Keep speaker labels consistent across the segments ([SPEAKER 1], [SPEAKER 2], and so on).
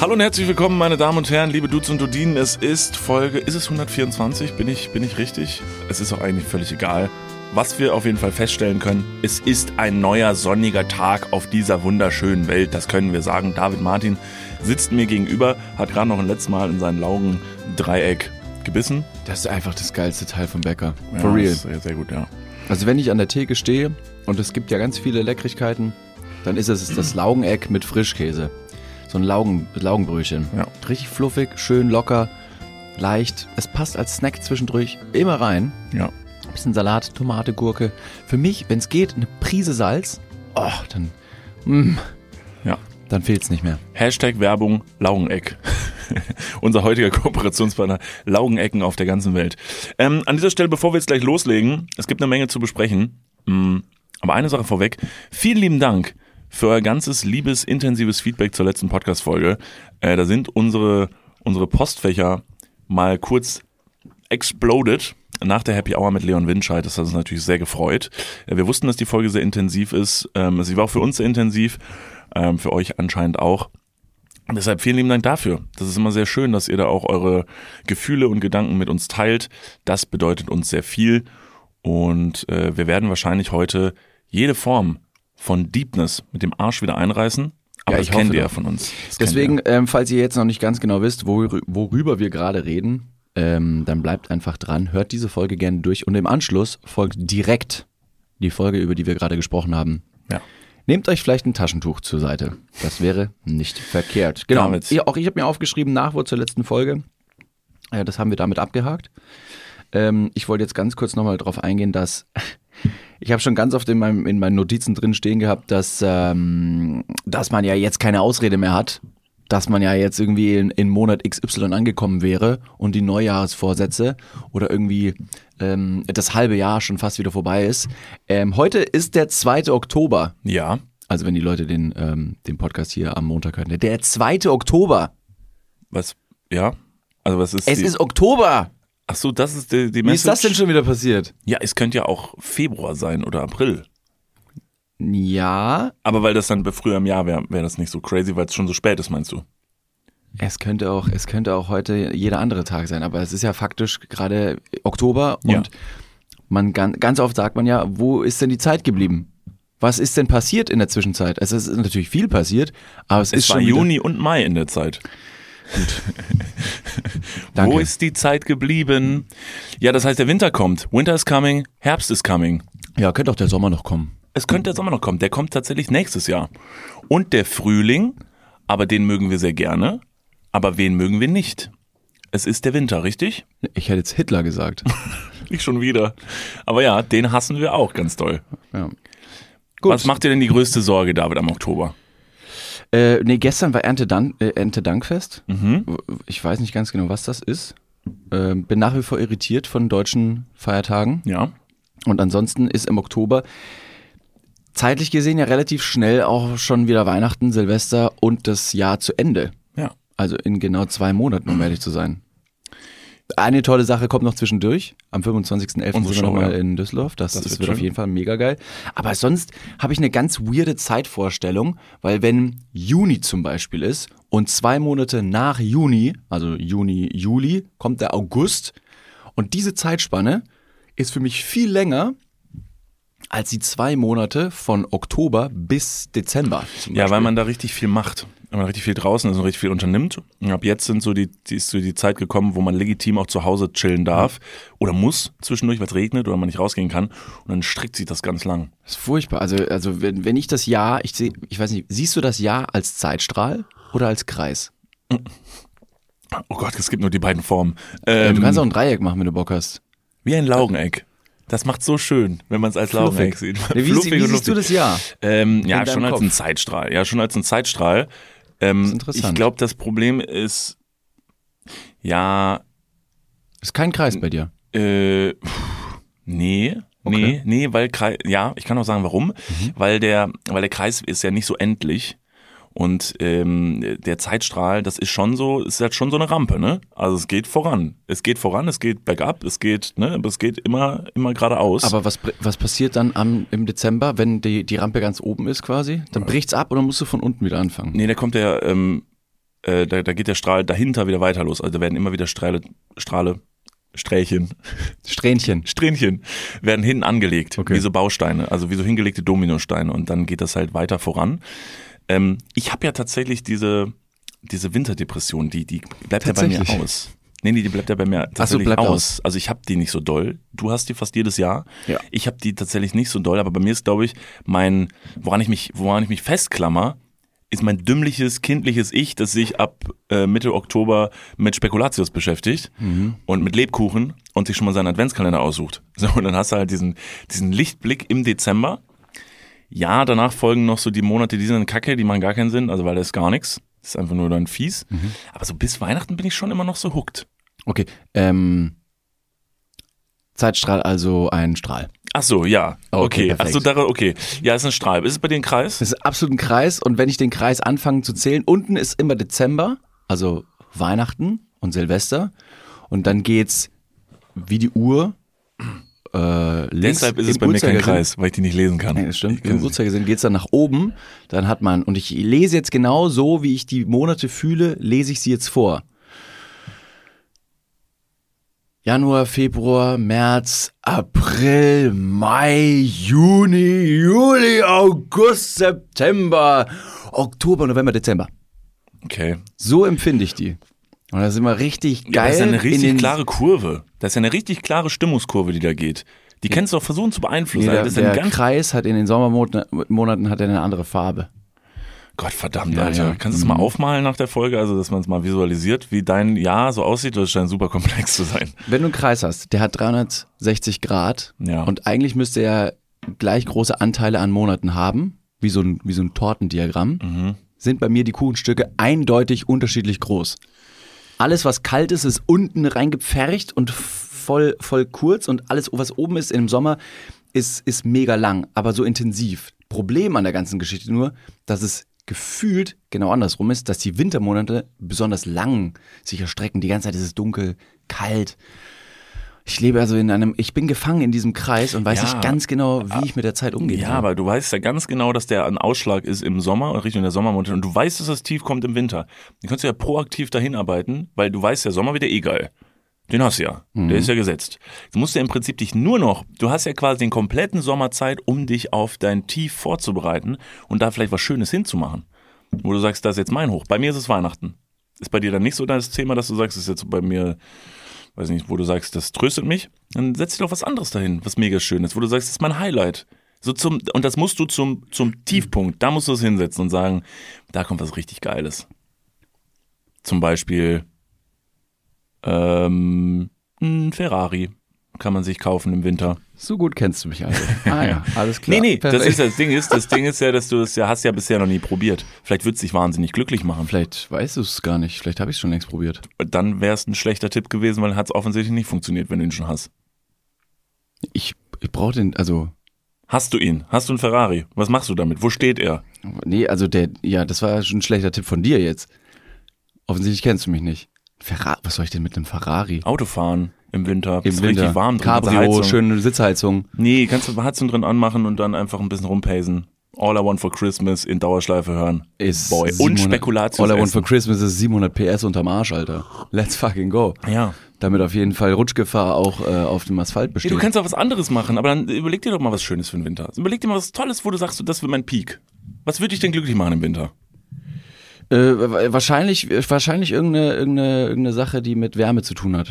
[SPEAKER 1] Hallo und herzlich willkommen, meine Damen und Herren, liebe Dudes und Dudinen. Es ist Folge, ist es 124? Bin ich, bin ich richtig? Es ist auch eigentlich völlig egal. Was wir auf jeden Fall feststellen können, es ist ein neuer sonniger Tag auf dieser wunderschönen Welt. Das können wir sagen. David Martin sitzt mir gegenüber, hat gerade noch ein letztes Mal in sein Laugendreieck gebissen.
[SPEAKER 2] Das ist einfach das geilste Teil vom Bäcker.
[SPEAKER 1] Ja,
[SPEAKER 2] For real.
[SPEAKER 1] das ist Sehr, sehr gut, ja.
[SPEAKER 2] Also wenn ich an der Theke stehe und es gibt ja ganz viele Leckrigkeiten, dann ist es das Laugeneck mit Frischkäse. So ein Laugen, Laugenbrötchen.
[SPEAKER 1] Ja.
[SPEAKER 2] Richtig fluffig, schön locker, leicht. Es passt als Snack zwischendurch immer rein.
[SPEAKER 1] Ja.
[SPEAKER 2] Ein bisschen Salat, Tomate, Gurke. Für mich, wenn es geht, eine Prise Salz. Oh, dann, mm,
[SPEAKER 1] Ja.
[SPEAKER 2] dann fehlt's nicht mehr.
[SPEAKER 1] Hashtag Werbung Laugeneck. Unser heutiger Kooperationspartner Laugenecken auf der ganzen Welt. Ähm, an dieser Stelle, bevor wir jetzt gleich loslegen, es gibt eine Menge zu besprechen. Mm, aber eine Sache vorweg. Vielen lieben Dank für euer ganzes liebes, intensives Feedback zur letzten Podcast-Folge. Äh, da sind unsere, unsere Postfächer mal kurz exploded nach der Happy Hour mit Leon Winscheid. Das hat uns natürlich sehr gefreut. Äh, Wir wussten, dass die Folge sehr intensiv ist. Ähm, Sie war auch für uns sehr intensiv, ähm, für euch anscheinend auch. Deshalb vielen lieben Dank dafür. Das ist immer sehr schön, dass ihr da auch eure Gefühle und Gedanken mit uns teilt. Das bedeutet uns sehr viel. Und äh, wir werden wahrscheinlich heute jede Form von Deepness mit dem Arsch wieder einreißen. Aber
[SPEAKER 2] Ja,
[SPEAKER 1] das
[SPEAKER 2] ich hoffe
[SPEAKER 1] kennt ihr ja
[SPEAKER 2] doch.
[SPEAKER 1] von uns. Das kennt
[SPEAKER 2] Deswegen,
[SPEAKER 1] ihr.
[SPEAKER 2] ähm, falls ihr jetzt noch nicht ganz genau wisst, worü- worüber wir gerade reden, ähm, dann bleibt einfach dran, hört diese Folge gerne durch und im Anschluss folgt direkt die Folge, über die wir gerade gesprochen haben.
[SPEAKER 1] Ja.
[SPEAKER 2] Nehmt euch vielleicht ein Taschentuch zur Seite. Das wäre nicht verkehrt. Genau.
[SPEAKER 1] Damit-
[SPEAKER 2] Ich, auch ich habe mir aufgeschrieben, Nachwort zur letzten Folge. Ja, das haben wir damit abgehakt. Ähm, ich wollte jetzt ganz kurz nochmal darauf eingehen, dass ich habe schon ganz oft in, meinem, in meinen Notizen drin stehen gehabt, dass, ähm, dass man ja jetzt keine Ausrede mehr hat, dass man ja jetzt irgendwie in, in Monat XY angekommen wäre und die Neujahrsvorsätze oder irgendwie ähm, das halbe Jahr schon fast wieder vorbei ist. Ähm, heute ist der 2. Oktober.
[SPEAKER 1] Ja,
[SPEAKER 2] Also wenn die Leute den, ähm, den Podcast hier am Montag hören. Der 2. Oktober.
[SPEAKER 1] was, ja. Also was ist
[SPEAKER 2] Es
[SPEAKER 1] die,
[SPEAKER 2] ist Oktober.
[SPEAKER 1] Ach so, das ist die, die
[SPEAKER 2] Wie
[SPEAKER 1] Message.
[SPEAKER 2] ist das denn schon wieder passiert?
[SPEAKER 1] Ja, es könnte ja auch Februar sein oder April.
[SPEAKER 2] Ja,
[SPEAKER 1] Aber weil das dann bei früher im Jahr wäre, wäre das nicht so crazy, weil es schon so spät ist, meinst du?
[SPEAKER 2] Es könnte auch, es könnte auch heute jeder andere Tag sein, aber es ist ja faktisch gerade Oktober und
[SPEAKER 1] Ja.
[SPEAKER 2] man ganz, ganz oft sagt man ja, wo ist denn die Zeit geblieben? Was ist denn passiert in der Zwischenzeit? Es ist natürlich viel passiert, aber es,
[SPEAKER 1] Es
[SPEAKER 2] ist
[SPEAKER 1] war
[SPEAKER 2] schon wieder-
[SPEAKER 1] Juni und Mai in der Zeit.
[SPEAKER 2] Danke.
[SPEAKER 1] Wo ist die Zeit geblieben? Ja, das heißt, der Winter kommt. Winter is coming, Herbst is coming.
[SPEAKER 2] Ja, könnte auch der Sommer noch kommen.
[SPEAKER 1] Es könnte der Sommer noch kommen. Der kommt tatsächlich nächstes Jahr. Und der Frühling, aber den mögen wir sehr gerne. Aber wen mögen wir nicht? Es ist der Winter, richtig?
[SPEAKER 2] Ich hätte jetzt Hitler gesagt.
[SPEAKER 1] Ich schon wieder. Aber ja, den hassen wir auch ganz doll.
[SPEAKER 2] ja.
[SPEAKER 1] Was macht dir denn die größte Sorge, David, am Oktober?
[SPEAKER 2] Äh, nee, gestern war Erntedank, äh, Erntedankfest. Ich weiß nicht ganz genau, was das ist. Ähm, bin nach wie vor irritiert von deutschen Feiertagen.
[SPEAKER 1] Ja.
[SPEAKER 2] Und ansonsten ist im Oktober zeitlich gesehen ja relativ schnell auch schon wieder Weihnachten, Silvester und das Jahr zu Ende.
[SPEAKER 1] Ja.
[SPEAKER 2] Also in genau zwei Monaten, um ehrlich zu sein. Eine tolle Sache kommt noch zwischendurch. Am 25.11. sind
[SPEAKER 1] Unsere
[SPEAKER 2] wir
[SPEAKER 1] Show,
[SPEAKER 2] nochmal
[SPEAKER 1] ja.
[SPEAKER 2] in Düsseldorf. Das,
[SPEAKER 1] Das
[SPEAKER 2] ist-
[SPEAKER 1] wird
[SPEAKER 2] wird,
[SPEAKER 1] schön.
[SPEAKER 2] auf jeden Fall mega geil. Aber sonst habe ich eine ganz weirde Zeitvorstellung, weil wenn Juni zum Beispiel ist und zwei Monate nach Juni, also Juni, Juli, kommt der August und diese Zeitspanne ist für mich viel länger als die zwei Monate von Oktober bis Dezember. zum
[SPEAKER 1] Ja, weil
[SPEAKER 2] Beispiel.
[SPEAKER 1] man da richtig viel macht. Wenn man richtig viel draußen ist und richtig viel unternimmt. Und ab jetzt sind so die, die, ist so die Zeit gekommen, wo man legitim auch zu Hause chillen darf
[SPEAKER 2] Mhm.
[SPEAKER 1] oder muss zwischendurch, weil es regnet oder man nicht rausgehen kann. Und dann streckt sich das ganz lang.
[SPEAKER 2] Das ist furchtbar. Also, also wenn, wenn ich das Jahr, ich sehe, ich weiß nicht, siehst du das Jahr als Zeitstrahl oder als Kreis?
[SPEAKER 1] Oh Gott, es gibt nur die beiden Formen.
[SPEAKER 2] Ja,
[SPEAKER 1] Ähm,
[SPEAKER 2] du kannst auch ein Dreieck machen, wenn du Bock hast.
[SPEAKER 1] wie ein Laugeneck. Das macht so schön, wenn man es als Laugeneck sieht.
[SPEAKER 2] Nee, wie sie- wie
[SPEAKER 1] und
[SPEAKER 2] siehst du
[SPEAKER 1] luftig.
[SPEAKER 2] das Jahr?
[SPEAKER 1] Ähm, ja,
[SPEAKER 2] deinem
[SPEAKER 1] schon als ein
[SPEAKER 2] Kopf?
[SPEAKER 1] Zeitstrahl. Ja, schon als ein Zeitstrahl. Ähm,
[SPEAKER 2] ist interessant.
[SPEAKER 1] Ich glaube, das Problem ist, ja,
[SPEAKER 2] Ist kein Kreis bei dir.
[SPEAKER 1] Äh, pff, nee. Nee,
[SPEAKER 2] Okay. Mhm.
[SPEAKER 1] nee, weil Kreis, ja, ich kann auch sagen, warum. Weil der, weil der Kreis ist ja nicht so endlich. Und ähm, der Zeitstrahl, das ist schon so, ist halt schon so eine Rampe, ne? Also es geht voran. Es geht voran, es geht bergab, es geht, ne, aber es geht immer, immer geradeaus.
[SPEAKER 2] Aber was, br- was passiert dann am, im Dezember, wenn die, die Rampe ganz oben ist quasi? Dann bricht's ab und dann musst du von unten wieder anfangen.
[SPEAKER 1] nee, da kommt der, ähm, äh, da, da geht der Strahl dahinter wieder weiter los. Also da werden immer wieder Strahle, Strahle, Strählchen,
[SPEAKER 2] Strähnchen.
[SPEAKER 1] Strähnchen werden hinten angelegt,
[SPEAKER 2] Okay.
[SPEAKER 1] wie so Bausteine, also wie so hingelegte Dominosteine und dann geht das halt weiter voran. Ähm, ich habe ja tatsächlich diese, diese Winterdepression, die, die bleibt ja bei mir
[SPEAKER 2] Tatsächlich?
[SPEAKER 1] aus. Nee, nee, die bleibt ja bei mir tatsächlich
[SPEAKER 2] bleibt
[SPEAKER 1] aus.
[SPEAKER 2] aus.
[SPEAKER 1] Also ich habe die nicht so doll. Du hast die fast jedes Jahr.
[SPEAKER 2] Ja.
[SPEAKER 1] Ich habe die tatsächlich nicht so doll, aber bei mir ist, glaube ich, mein, woran ich mich, woran ich mich festklammer, ist mein dümmliches, kindliches Ich, das sich ab äh, Mitte Oktober mit Spekulatius beschäftigt und mit Lebkuchen und sich schon mal seinen Adventskalender aussucht. So, und dann hast du halt diesen, diesen Lichtblick im Dezember. Ja, danach folgen noch so die Monate, die sind kacke, die machen gar keinen Sinn, also weil da ist gar nichts. Das ist einfach nur dann fies. Aber so bis Weihnachten bin ich schon immer noch so hooked.
[SPEAKER 2] Okay. Ähm, Zeitstrahl, also ein Strahl.
[SPEAKER 1] Ach so, ja.
[SPEAKER 2] Okay,
[SPEAKER 1] Okay. Ach so,
[SPEAKER 2] perfekt.
[SPEAKER 1] da, okay. Ja, ist ein Strahl. Ist es bei dir ein Kreis?
[SPEAKER 2] Das ist absolut ein Kreis und wenn ich den Kreis anfange zu zählen, unten ist immer Dezember, also Weihnachten und Silvester und dann geht's wie die Uhr äh, links
[SPEAKER 1] Deshalb ist
[SPEAKER 2] im
[SPEAKER 1] es bei mir kein
[SPEAKER 2] Uhrzeigersinn.
[SPEAKER 1] Kreis, weil ich die nicht lesen kann.
[SPEAKER 2] Nein, das
[SPEAKER 1] Ich
[SPEAKER 2] stimmt.
[SPEAKER 1] kann
[SPEAKER 2] Im
[SPEAKER 1] sie-
[SPEAKER 2] Uhrzeigersinn geht's dann nach oben, dann hat man, und ich lese jetzt genau so, wie ich die Monate fühle, lese ich sie jetzt vor. Januar, Februar, März, April, Mai, Juni, Juli, August, September, Oktober, November, Dezember.
[SPEAKER 1] Okay.
[SPEAKER 2] So empfinde ich die. Und da sind wir richtig
[SPEAKER 1] Ja, aber
[SPEAKER 2] geil.
[SPEAKER 1] das ist ja eine
[SPEAKER 2] in
[SPEAKER 1] richtig
[SPEAKER 2] den,
[SPEAKER 1] klare Kurve. Das ist ja eine richtig klare Stimmungskurve, die da geht. Die kannst du auch versuchen zu beeinflussen.
[SPEAKER 2] Nee,
[SPEAKER 1] Alter.
[SPEAKER 2] der,
[SPEAKER 1] das ist ja ein
[SPEAKER 2] der
[SPEAKER 1] ganz.
[SPEAKER 2] Kreis hat in den Sommermonaten hat er eine andere Farbe.
[SPEAKER 1] Gott verdammt,
[SPEAKER 2] Ja,
[SPEAKER 1] Alter.
[SPEAKER 2] ja. Mhm.
[SPEAKER 1] Kannst du es mal aufmalen nach der Folge, also dass man es mal visualisiert, wie dein Jahr so aussieht? Das scheint super komplex zu sein.
[SPEAKER 2] Wenn du einen Kreis hast, der hat 360 Grad
[SPEAKER 1] Ja.
[SPEAKER 2] und eigentlich müsste er gleich große Anteile an Monaten haben, wie so ein, wie so ein Tortendiagramm, sind bei mir die Kuchenstücke eindeutig unterschiedlich groß. Alles, was kalt ist, ist unten reingepfercht und voll, voll kurz und alles, was oben ist im Sommer, ist, ist mega lang, aber so intensiv. Problem an der ganzen Geschichte nur, dass es gefühlt genau andersrum ist, dass die Wintermonate besonders lang sich erstrecken. Die ganze Zeit ist es dunkel, kalt. Ich lebe also in einem, ich bin gefangen in diesem Kreis und weiß
[SPEAKER 1] Ja.
[SPEAKER 2] nicht ganz genau, wie ich mit der Zeit umgehe.
[SPEAKER 1] Ja, aber du weißt ja ganz genau, dass der ein Ausschlag ist im Sommer und Richtung der Sommermonate. Und du weißt, dass das Tief kommt im Winter. Dann kannst du ja proaktiv dahin arbeiten, weil du weißt, der Sommer wird ja eh geil. Den hast du ja. Der ist ja gesetzt. Jetzt musst du im Prinzip dich nur noch, du hast ja quasi den kompletten Sommer Zeit, um dich auf dein Tief vorzubereiten und da vielleicht was Schönes hinzumachen. Wo du sagst, das ist jetzt mein Hoch. Bei mir ist es Weihnachten. Ist bei dir dann nicht so das Thema, dass du sagst, das ist jetzt bei mir, weiß nicht, wo du sagst, das tröstet mich, dann setz dir doch was anderes dahin, was mega schön ist, wo du sagst, das ist mein Highlight. So zum, und das musst du zum, zum Tiefpunkt, da musst du es hinsetzen und sagen, da kommt was richtig Geiles. Zum Beispiel ähm, ein Ferrari kann man sich kaufen im Winter.
[SPEAKER 2] So gut kennst du mich also. Ah ja, alles klar.
[SPEAKER 1] Nee, nee, das,
[SPEAKER 2] Perfekt.
[SPEAKER 1] ist, das Ding ist, das Ding ist ja, dass du das ja hast ja bisher noch nie probiert. Vielleicht wird es dich wahnsinnig glücklich machen.
[SPEAKER 2] Vielleicht weißt du es gar nicht. Vielleicht habe ich es schon längst probiert.
[SPEAKER 1] Dann wäre es ein schlechter Tipp gewesen, weil hat es offensichtlich nicht funktioniert, wenn du ihn schon hast.
[SPEAKER 2] Ich, ich brauche den, also
[SPEAKER 1] Hast du ihn? Hast du einen Ferrari? Was machst du damit? Wo steht er?
[SPEAKER 2] Nee, also der, ja, das war schon ein schlechter Tipp von dir jetzt. Offensichtlich kennst du mich nicht. Ferra was soll ich denn mit einem Ferrari?
[SPEAKER 1] Autofahren im Winter.
[SPEAKER 2] Im
[SPEAKER 1] Ist
[SPEAKER 2] Winter.
[SPEAKER 1] richtig warm drin. kannst du
[SPEAKER 2] Cabrio,
[SPEAKER 1] Heizung-
[SPEAKER 2] schöne Sitzheizung.
[SPEAKER 1] Nee, kannst du Heizung drin anmachen und dann einfach ein bisschen rumpacen. All I want for Christmas in Dauerschleife hören.
[SPEAKER 2] Ist
[SPEAKER 1] Boy.
[SPEAKER 2] 700
[SPEAKER 1] Und Spekulatius.
[SPEAKER 2] All I want
[SPEAKER 1] essen.
[SPEAKER 2] for Christmas ist 700 PS unterm Arsch, Alter. Let's fucking go.
[SPEAKER 1] ja.
[SPEAKER 2] Damit auf jeden Fall Rutschgefahr auch äh, auf dem Asphalt
[SPEAKER 1] Ja,
[SPEAKER 2] besteht.
[SPEAKER 1] du kannst auch was anderes machen, aber dann überleg dir doch mal was Schönes für den Winter. Überleg dir mal was Tolles, wo du sagst, so, das wird mein Peak. Was würde dich denn glücklich machen im Winter?
[SPEAKER 2] äh, wa- wahrscheinlich wahrscheinlich irgendeine, irgendeine, irgendeine Sache, die mit Wärme zu tun hat.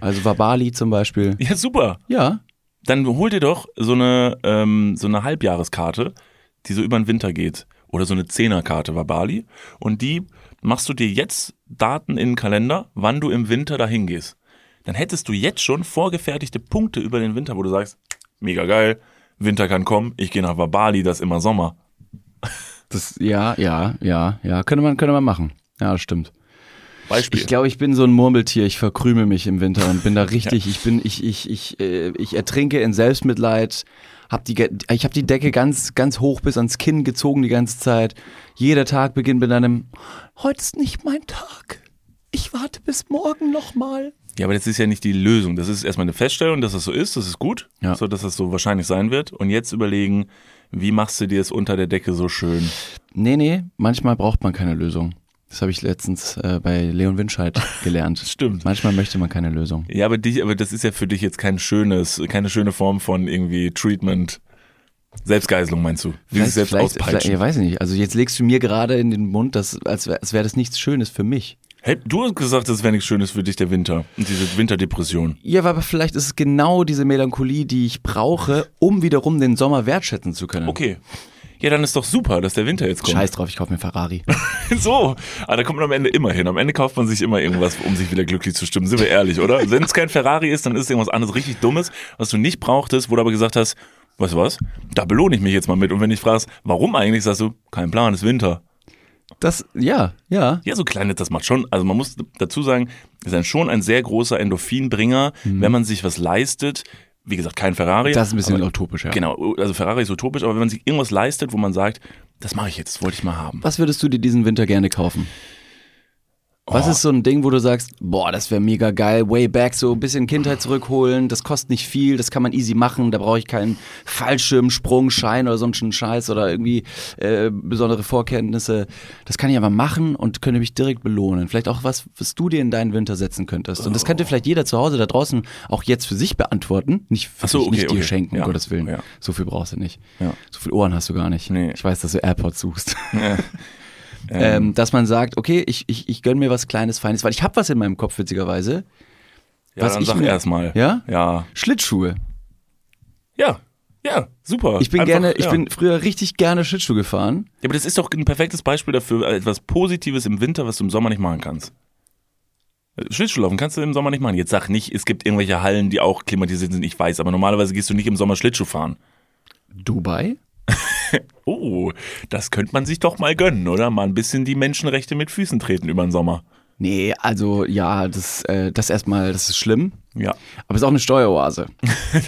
[SPEAKER 2] also Wabali zum Beispiel.
[SPEAKER 1] Ja, super.
[SPEAKER 2] Ja,
[SPEAKER 1] Dann hol dir doch so eine, ähm, so eine Halbjahreskarte, die so über den Winter geht. Oder so eine Zehnerkarte war Bali. Und die machst du dir jetzt Daten in den Kalender, wann du im Winter dahin gehst. Dann hättest du jetzt schon vorgefertigte Punkte über den Winter, wo du sagst, mega geil, Winter kann kommen, ich gehe nach Bali, das ist immer Sommer.
[SPEAKER 2] das, ja, ja, ja, ja. Könnte man, könnte man machen. Ja, das stimmt.
[SPEAKER 1] Beispiel.
[SPEAKER 2] Ich glaube, ich bin so ein Murmeltier. Ich verkrüme mich im Winter und bin da richtig. Ich bin, ich, ich, ich, äh, ich ertrinke in Selbstmitleid. Hab die, Ge- ich habe die Decke ganz, ganz hoch bis ans Kinn gezogen die ganze Zeit. Jeder Tag beginnt mit einem. Heute ist nicht mein Tag. Ich warte bis morgen nochmal.
[SPEAKER 1] Ja, aber das ist ja nicht die Lösung. Das ist erstmal eine Feststellung, dass das so ist, das ist gut,
[SPEAKER 2] Ja.
[SPEAKER 1] so dass das so wahrscheinlich sein wird. Und jetzt überlegen, wie machst du dir es unter der Decke so schön?
[SPEAKER 2] Nee, nee. Manchmal braucht man keine Lösung. Das habe ich letztens äh, bei Leon Winscheid gelernt.
[SPEAKER 1] Stimmt.
[SPEAKER 2] Manchmal möchte man keine Lösung.
[SPEAKER 1] Ja, aber, dich, aber das ist ja für dich jetzt kein schönes, keine schöne Form von irgendwie Treatment. Selbstgeißelung meinst du? Dieses selbst auspeitschen.
[SPEAKER 2] vielleicht, ich weiß ich nicht. Also jetzt legst du mir gerade in den Mund, dass, als wäre als wär das nichts Schönes für mich.
[SPEAKER 1] Hey, du hast gesagt, das wäre nichts Schönes für dich, der Winter. Und diese Winterdepression.
[SPEAKER 2] Ja, aber vielleicht ist es genau diese Melancholie, die ich brauche, um wiederum den Sommer wertschätzen zu können.
[SPEAKER 1] Okay. Ja, dann ist doch super, dass der Winter jetzt kommt.
[SPEAKER 2] Scheiß drauf, ich kaufe mir Ferrari.
[SPEAKER 1] So, aber da kommt man am Ende immer hin. Am Ende kauft man sich immer irgendwas, um sich wieder glücklich zu stimmen. Sind wir ehrlich, oder? Wenn es kein Ferrari ist, dann ist es irgendwas anderes richtig Dummes, was du nicht brauchtest, wo du aber gesagt hast, weißt du was, da belohne ich mich jetzt mal mit. Und wenn ich fragst, warum eigentlich, sagst du, kein Plan, ist Winter.
[SPEAKER 2] Das, ja, ja.
[SPEAKER 1] Ja, so klein ist das macht schon. Also man muss dazu sagen, ist ein, schon ein sehr großer Endorphinbringer, wenn man sich was leistet. Wie gesagt, kein Ferrari.
[SPEAKER 2] Mhm. Das ist ein bisschen
[SPEAKER 1] aber,
[SPEAKER 2] utopisch, ja.
[SPEAKER 1] Genau, also Ferrari ist utopisch, aber wenn man sich irgendwas leistet, wo man sagt, das mache ich jetzt, das wollte ich mal haben.
[SPEAKER 2] Was würdest du dir diesen Winter gerne kaufen? Was
[SPEAKER 1] Oh.
[SPEAKER 2] ist so ein Ding, wo du sagst, boah, das wäre mega geil, way back, so ein bisschen Kindheit zurückholen, das kostet nicht viel, das kann man easy machen, da brauche ich keinen Fallschirmsprung, Schein oder sonst einen Scheiß oder irgendwie äh, besondere Vorkenntnisse. Das kann ich aber machen und könnte mich direkt belohnen. Vielleicht auch was, was du dir in deinen Winter setzen könntest. Und das
[SPEAKER 1] Oh.
[SPEAKER 2] könnte vielleicht jeder zu Hause da draußen auch jetzt für sich beantworten, nicht für
[SPEAKER 1] Ach so,
[SPEAKER 2] dich,
[SPEAKER 1] okay,
[SPEAKER 2] nicht dir
[SPEAKER 1] okay.
[SPEAKER 2] schenken, um
[SPEAKER 1] Ja.
[SPEAKER 2] Gottes Willen.
[SPEAKER 1] Ja.
[SPEAKER 2] So viel brauchst du nicht.
[SPEAKER 1] Ja.
[SPEAKER 2] So viel Ohren hast du gar nicht.
[SPEAKER 1] Nee.
[SPEAKER 2] Ich weiß, dass du AirPods suchst
[SPEAKER 1] Ja.
[SPEAKER 2] ähm, dass man sagt, okay, ich, ich, ich gönn mir was Kleines, Feines, weil ich habe was in meinem Kopf, witzigerweise.
[SPEAKER 1] Ja,
[SPEAKER 2] Was
[SPEAKER 1] dann
[SPEAKER 2] ich
[SPEAKER 1] sag
[SPEAKER 2] mir-
[SPEAKER 1] erstmal.
[SPEAKER 2] Ja?
[SPEAKER 1] Ja.
[SPEAKER 2] Schlittschuhe.
[SPEAKER 1] Ja. Ja, super.
[SPEAKER 2] Ich bin
[SPEAKER 1] Einfach,
[SPEAKER 2] gerne, ich
[SPEAKER 1] ja.
[SPEAKER 2] bin früher richtig gerne Schlittschuh gefahren.
[SPEAKER 1] Ja, aber das ist doch ein perfektes Beispiel dafür, äh, etwas Positives im Winter, was du im Sommer nicht machen kannst. Äh, Schlittschuhlaufen kannst du im Sommer nicht machen. Jetzt sag nicht, es gibt irgendwelche Hallen, die auch klimatisiert sind, ich weiß, aber normalerweise gehst du nicht im Sommer Schlittschuh fahren.
[SPEAKER 2] Dubai?
[SPEAKER 1] Oh, das könnte man sich doch mal gönnen, oder? Mal ein bisschen die Menschenrechte mit Füßen treten über den Sommer.
[SPEAKER 2] Nee, also ja, das, äh, das erstmal, das ist schlimm.
[SPEAKER 1] Ja,
[SPEAKER 2] Aber es ist auch eine Steueroase.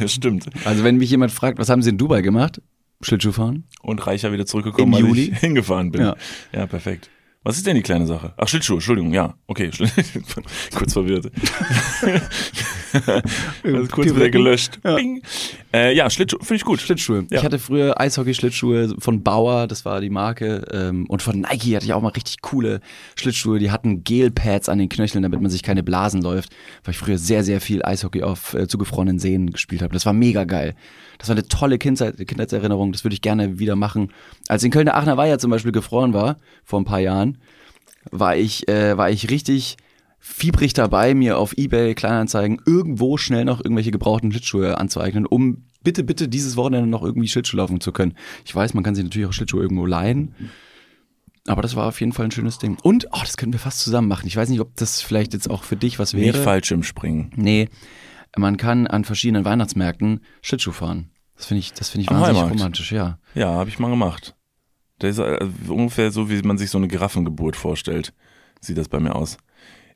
[SPEAKER 1] das stimmt.
[SPEAKER 2] Also wenn mich jemand fragt, was haben Sie in Dubai gemacht? Schlittschuh fahren?
[SPEAKER 1] Und reicher wieder zurückgekommen,
[SPEAKER 2] Im
[SPEAKER 1] als
[SPEAKER 2] Juli?
[SPEAKER 1] ich hingefahren bin.
[SPEAKER 2] Ja.
[SPEAKER 1] ja, perfekt. Was ist denn die kleine Sache? Ach, Schlittschuhe, Entschuldigung, ja. Okay, Schli- kurz verwirrt. Also kurz wieder gelöscht.
[SPEAKER 2] Ja.
[SPEAKER 1] Bing. Äh, ja, Schlittschuh finde ich gut.
[SPEAKER 2] Schlittschuhe.
[SPEAKER 1] Ja.
[SPEAKER 2] Ich hatte früher Eishockey-Schlittschuhe von Bauer, das war die Marke. Ähm, und von Nike hatte ich auch mal richtig coole Schlittschuhe. Die hatten Gelpads an den Knöcheln, damit man sich keine Blasen läuft. Weil ich früher sehr, sehr viel Eishockey auf äh, zugefrorenen Seen gespielt habe. Das war mega geil. Das war eine tolle Kindheit, Kindheitserinnerung. Das würde ich gerne wieder machen. Als in Kölner Aachener Weiher zum Beispiel gefroren war, vor ein paar Jahren, war ich, äh, war ich richtig fiebrig dabei, mir auf Ebay Kleinanzeigen irgendwo schnell noch irgendwelche gebrauchten Schlittschuhe anzueignen, um bitte, bitte dieses Wochenende noch irgendwie Schlittschuh laufen zu können. Ich weiß, man kann sich natürlich auch Schlittschuhe irgendwo leihen. Aber das war auf jeden Fall ein schönes Ding. Und, oh, das könnten wir fast zusammen machen. Ich weiß nicht, ob das vielleicht jetzt auch für dich was wäre.
[SPEAKER 1] Nicht falsch im Springen.
[SPEAKER 2] Nee, man kann an verschiedenen Weihnachtsmärkten Schlittschuh fahren. Das finde ich, das finde ich
[SPEAKER 1] Am
[SPEAKER 2] wahnsinnig
[SPEAKER 1] Heumarkt.
[SPEAKER 2] romantisch, ja.
[SPEAKER 1] Ja, habe ich mal gemacht. Das ist äh, ungefähr so, wie man sich so eine Giraffengeburt vorstellt. Sieht das bei mir aus.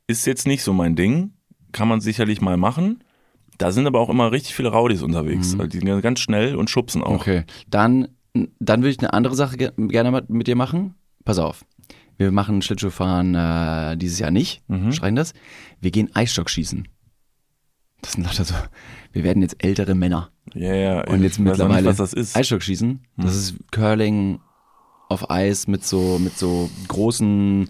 [SPEAKER 1] Ist jetzt nicht so mein Ding. Kann man sicherlich mal machen. Da sind aber auch immer richtig viele Raudis unterwegs. Also Die sind ganz schnell und schubsen auch.
[SPEAKER 2] Mhm. Okay. Dann, dann würde ich eine andere Sache ge- gerne mit, mit dir machen. Pass auf. Wir machen Schlittschuhfahren äh, dieses Jahr nicht,
[SPEAKER 1] Mhm.
[SPEAKER 2] schreien das. Wir gehen Eisstock schießen. Das sind lauter so. Wir werden jetzt ältere Männer.
[SPEAKER 1] Ja, ja.
[SPEAKER 2] Und jetzt
[SPEAKER 1] ich weiß auch
[SPEAKER 2] mittlerweile.
[SPEAKER 1] Nicht, was das ist. Mhm.
[SPEAKER 2] Eisstock schießen. Das ist Curling auf Eis mit so, mit so großen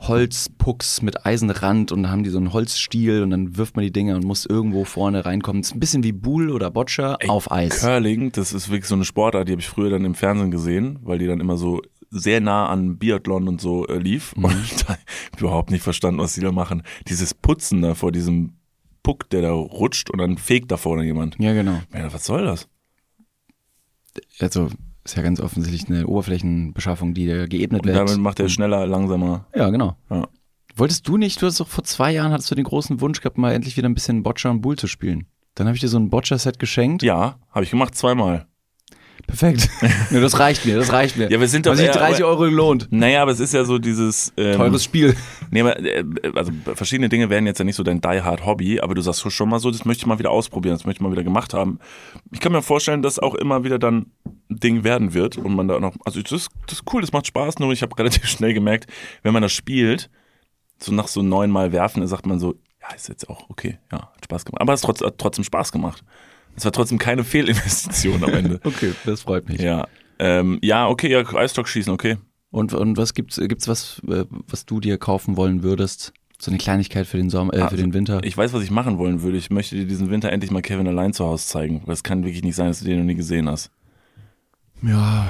[SPEAKER 2] Holzpucks mit Eisenrand und dann haben die so einen Holzstiel und dann wirft man die Dinger und muss irgendwo vorne reinkommen. Das ist ein bisschen wie Buhl oder Boccia auf Eis.
[SPEAKER 1] Curling, das ist wirklich so eine Sportart, die habe ich früher dann im Fernsehen gesehen, weil die dann immer so sehr nah an Biathlon und so äh, lief.
[SPEAKER 2] Mhm.
[SPEAKER 1] Und da hab ich überhaupt nicht verstanden, was die da machen. Dieses Putzen da vor diesem Puck, der da rutscht und dann fegt da vorne jemand.
[SPEAKER 2] Ja, genau.
[SPEAKER 1] Ich meine, was soll das?
[SPEAKER 2] also ist ja ganz offensichtlich eine Oberflächenbeschaffung, die äh, geebnet
[SPEAKER 1] Und
[SPEAKER 2] wird.
[SPEAKER 1] damit macht er schneller, langsamer.
[SPEAKER 2] ja, genau.
[SPEAKER 1] Ja.
[SPEAKER 2] Wolltest du nicht, du hast doch vor zwei Jahren hattest du den großen Wunsch gehabt, mal endlich wieder ein bisschen Boccia und Bull zu spielen. Dann habe ich dir so ein Boccia-Set geschenkt.
[SPEAKER 1] Ja, habe ich gemacht zweimal.
[SPEAKER 2] Perfekt. nee, das reicht mir, das reicht mir.
[SPEAKER 1] Ja, wir sind doch
[SPEAKER 2] Haben sich
[SPEAKER 1] eher-
[SPEAKER 2] 30 Euro gelohnt.
[SPEAKER 1] Naja, aber es ist ja so dieses ähm,
[SPEAKER 2] Teures Spiel.
[SPEAKER 1] Nee, aber, äh, also verschiedene Dinge wären jetzt ja nicht so dein Die-Hard-Hobby, aber du sagst so schon mal so, das möchte ich mal wieder ausprobieren, das möchte ich mal wieder gemacht haben. Ich kann mir vorstellen, dass auch immer wieder dann ein Ding werden wird und man da noch, also das, ist- das ist cool, das macht Spaß, nur ich habe relativ schnell gemerkt, wenn man das spielt, so nach so neunmal werfen, dann sagt man so, ja, ist jetzt auch okay, ja, hat Spaß gemacht. Aber es hat trotz, hat trotzdem Spaß gemacht. Es war trotzdem keine Fehlinvestition am Ende.
[SPEAKER 2] Okay, das freut mich.
[SPEAKER 1] ja, ähm, ja, okay, ja, Eisstockschießen, okay.
[SPEAKER 2] Und, und was gibt's, äh, gibt's was, äh, was du dir kaufen wollen würdest? So eine Kleinigkeit für den Sommer, äh, für
[SPEAKER 1] Also,
[SPEAKER 2] den Winter.
[SPEAKER 1] Ich weiß, was ich machen wollen würde. Ich möchte dir diesen Winter endlich mal Kevin allein zu Hause zeigen. Das kann wirklich nicht sein, dass du den noch nie gesehen hast.
[SPEAKER 2] ja.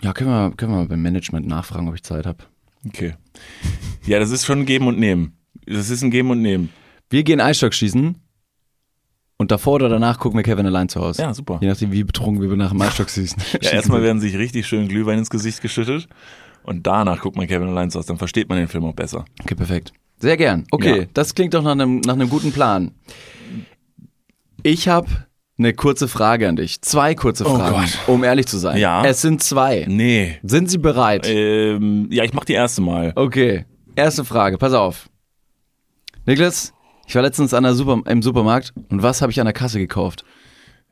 [SPEAKER 2] Ja, können wir, können wir mal beim Management nachfragen, ob ich Zeit habe.
[SPEAKER 1] Okay. Ja, das ist schon ein Geben und Nehmen. Das ist ein Geben und Nehmen.
[SPEAKER 2] Wir gehen Eisstock schießen und davor oder danach gucken wir Kevin allein zu Hause.
[SPEAKER 1] Ja, super.
[SPEAKER 2] Je nachdem, wie betrunken wir nach dem Eisstock schießen.
[SPEAKER 1] Ja, erstmal werden sich richtig schön Glühwein ins Gesicht geschüttet und danach guckt man Kevin allein zu Hause. Dann versteht man den Film auch besser.
[SPEAKER 2] Okay, perfekt. Sehr gern. Okay,
[SPEAKER 1] Ja.
[SPEAKER 2] das klingt doch nach einem, nach einem guten Plan. Ich habe eine kurze Frage an dich. Zwei kurze
[SPEAKER 1] Oh
[SPEAKER 2] Fragen,
[SPEAKER 1] Gott.
[SPEAKER 2] um ehrlich zu sein.
[SPEAKER 1] Ja.
[SPEAKER 2] Es sind zwei.
[SPEAKER 1] Nee.
[SPEAKER 2] Sind Sie bereit?
[SPEAKER 1] Ähm, ja, ich mach die erste Mal.
[SPEAKER 2] Okay, erste Frage, pass auf. Niklas, ich war letztens an der Super im Supermarkt und was habe ich an der Kasse gekauft?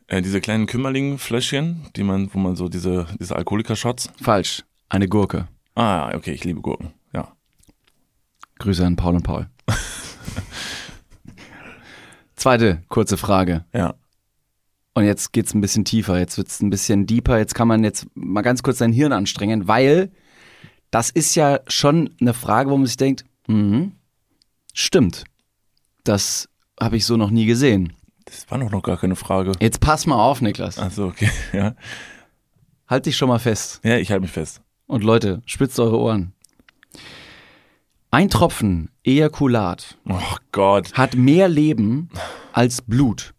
[SPEAKER 1] Äh, diese kleinen Kümmerling-Fläschchen, die man, wo man so diese, diese Alkoholiker-Shots.
[SPEAKER 2] Falsch, eine Gurke.
[SPEAKER 1] Ah, ja, okay, ich liebe Gurken. Ja.
[SPEAKER 2] Grüße an Paul und Paul. Zweite kurze Frage.
[SPEAKER 1] Ja.
[SPEAKER 2] Und jetzt geht's ein bisschen tiefer, jetzt wird's ein bisschen deeper, jetzt kann man jetzt mal ganz kurz sein Hirn anstrengen, weil das ist ja schon eine Frage, wo man sich denkt, mhm, stimmt. Das habe ich so noch nie gesehen.
[SPEAKER 1] Das war doch noch gar keine Frage.
[SPEAKER 2] Jetzt pass mal auf, Niklas.
[SPEAKER 1] Achso, okay. Ja,
[SPEAKER 2] Halt dich schon mal fest.
[SPEAKER 1] ja ich halte mich fest.
[SPEAKER 2] Und Leute, spitzt eure Ohren. Ein Tropfen Ejakulat
[SPEAKER 1] Oh Gott.
[SPEAKER 2] hat mehr Leben als Blut.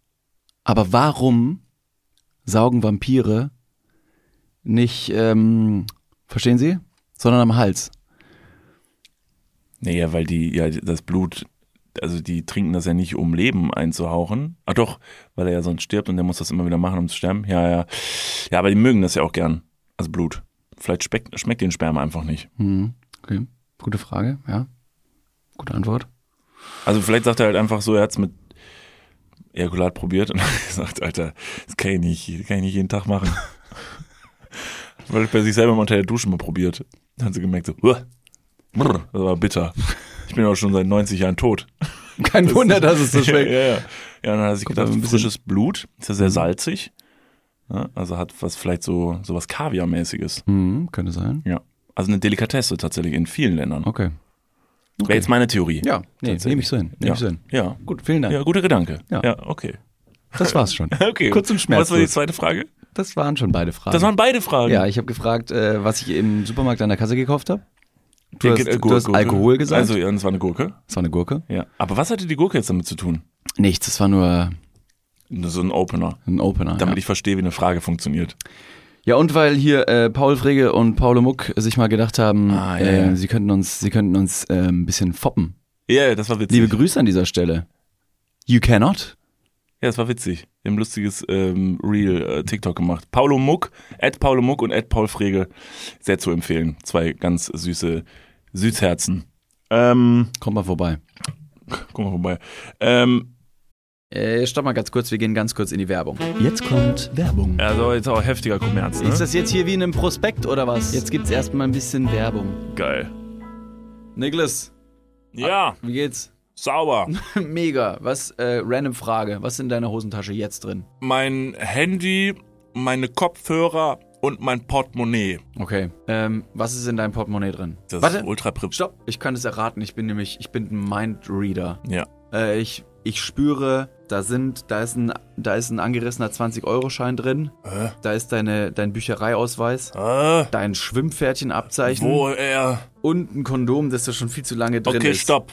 [SPEAKER 2] Aber warum saugen Vampire nicht, ähm, verstehen Sie? Sondern am Hals.
[SPEAKER 1] Naja, weil die, ja, das Blut, also die trinken das ja nicht, um Leben einzuhauchen. Ah doch, weil er ja sonst stirbt und der muss das immer wieder machen, um zu sterben. Ja, ja. Ja, aber die mögen das ja auch gern. Also Blut. Vielleicht speck, schmeckt den Sperma einfach nicht.
[SPEAKER 2] Hm, okay. Gute Frage, ja. Gute Antwort.
[SPEAKER 1] Also vielleicht sagt er halt einfach so, er hat's mit Ejakulat probiert und hat gesagt, Alter, das kann ich nicht, das kann ich nicht jeden Tag machen. Weil bei sich selber mal unter der Dusche mal probiert. Dann hat sie gemerkt so, "Uah, brr, das war bitter. Ich bin auch schon seit 90 Jahren tot.
[SPEAKER 2] Kein Wunder, dass es so schmeckt.
[SPEAKER 1] ja, ja. ja, und dann hat sie
[SPEAKER 2] Kommt
[SPEAKER 1] gedacht,
[SPEAKER 2] aber ein bisschen- Mhm.
[SPEAKER 1] frisches Blut, ist ja sehr salzig. Ja, also hat was vielleicht so, so was Kaviar-mäßiges.
[SPEAKER 2] Hm, könnte sein.
[SPEAKER 1] Ja. Also eine Delikatesse tatsächlich in vielen Ländern.
[SPEAKER 2] Okay.
[SPEAKER 1] Wäre jetzt meine Theorie.
[SPEAKER 2] Ja, nee,
[SPEAKER 1] Tatsächlich.
[SPEAKER 2] nehme ich so hin. Nehm
[SPEAKER 1] ja.
[SPEAKER 2] ich so hin.
[SPEAKER 1] ja.
[SPEAKER 2] Gut, vielen Dank.
[SPEAKER 1] Ja, guter Gedanke.
[SPEAKER 2] Ja.
[SPEAKER 1] ja okay.
[SPEAKER 2] Das war's schon.
[SPEAKER 1] Okay.
[SPEAKER 2] Kurz und schmerzlos.
[SPEAKER 1] Was war die zweite Frage?
[SPEAKER 2] Das waren schon beide Fragen.
[SPEAKER 1] Das waren beide Fragen.
[SPEAKER 2] Ja, ich habe gefragt, äh, was ich im Supermarkt an der Kasse gekauft habe. Du
[SPEAKER 1] Ja,
[SPEAKER 2] hast,
[SPEAKER 1] äh,
[SPEAKER 2] du hast
[SPEAKER 1] Gurke.
[SPEAKER 2] Alkohol gesagt.
[SPEAKER 1] Also, ja, das war eine Gurke.
[SPEAKER 2] das war eine Gurke.
[SPEAKER 1] Ja. Aber was hatte die Gurke jetzt damit zu tun?
[SPEAKER 2] Nichts, das war nur
[SPEAKER 1] So ein Opener.
[SPEAKER 2] ein Opener.
[SPEAKER 1] Damit
[SPEAKER 2] ja.
[SPEAKER 1] ich verstehe, wie eine Frage funktioniert.
[SPEAKER 2] ja, und weil hier äh, Paul Frege und Paul Muck sich mal gedacht haben,
[SPEAKER 1] Ah, ja,
[SPEAKER 2] äh,
[SPEAKER 1] ja.
[SPEAKER 2] sie könnten uns, sie könnten uns äh, ein bisschen foppen.
[SPEAKER 1] Ja, ja, das war witzig.
[SPEAKER 2] Liebe Grüße an dieser Stelle. You cannot.
[SPEAKER 1] ja, das war witzig. Wir haben ein lustiges ähm, Reel äh, TikTok gemacht. Paulo Muck, at Paulo Muck und at Paul Frege. Sehr zu empfehlen. Zwei ganz süße Süßherzen. Ähm,
[SPEAKER 2] Kommt mal vorbei.
[SPEAKER 1] guck mal vorbei. Ähm,
[SPEAKER 2] Äh, stopp mal ganz kurz, wir gehen ganz kurz in die Werbung. Jetzt kommt Werbung.
[SPEAKER 1] also jetzt auch heftiger Kommerz, ne?
[SPEAKER 2] Ist das jetzt hier wie in einem Prospekt oder was? Jetzt gibt's erstmal ein bisschen Werbung.
[SPEAKER 1] geil?
[SPEAKER 2] Niklas,
[SPEAKER 1] Ja,
[SPEAKER 2] wie geht's?
[SPEAKER 1] sauber.
[SPEAKER 2] Mega. Was, äh, random Frage. Was ist in deiner Hosentasche jetzt drin?
[SPEAKER 1] mein Handy, meine Kopfhörer und mein Portemonnaie.
[SPEAKER 2] Okay. Ähm, was ist in deinem Portemonnaie drin?
[SPEAKER 1] Das ist
[SPEAKER 2] Warte.
[SPEAKER 1] ultra privat.
[SPEAKER 2] Stopp. Ich kann es erraten. Ich bin nämlich, ich bin ein Mindreader.
[SPEAKER 1] Ja.
[SPEAKER 2] Äh, ich, ich spüre, da sind, da ist ein, da ist ein angerissener 20-Euro-Schein drin.
[SPEAKER 1] Hä?
[SPEAKER 2] Da ist deine, dein Büchereiausweis.
[SPEAKER 1] Äh,
[SPEAKER 2] Dein Schwimmpferdchenabzeichen.
[SPEAKER 1] wo er.
[SPEAKER 2] Und ein Kondom, das da schon viel zu lange drin
[SPEAKER 1] Okay,
[SPEAKER 2] ist.
[SPEAKER 1] stopp.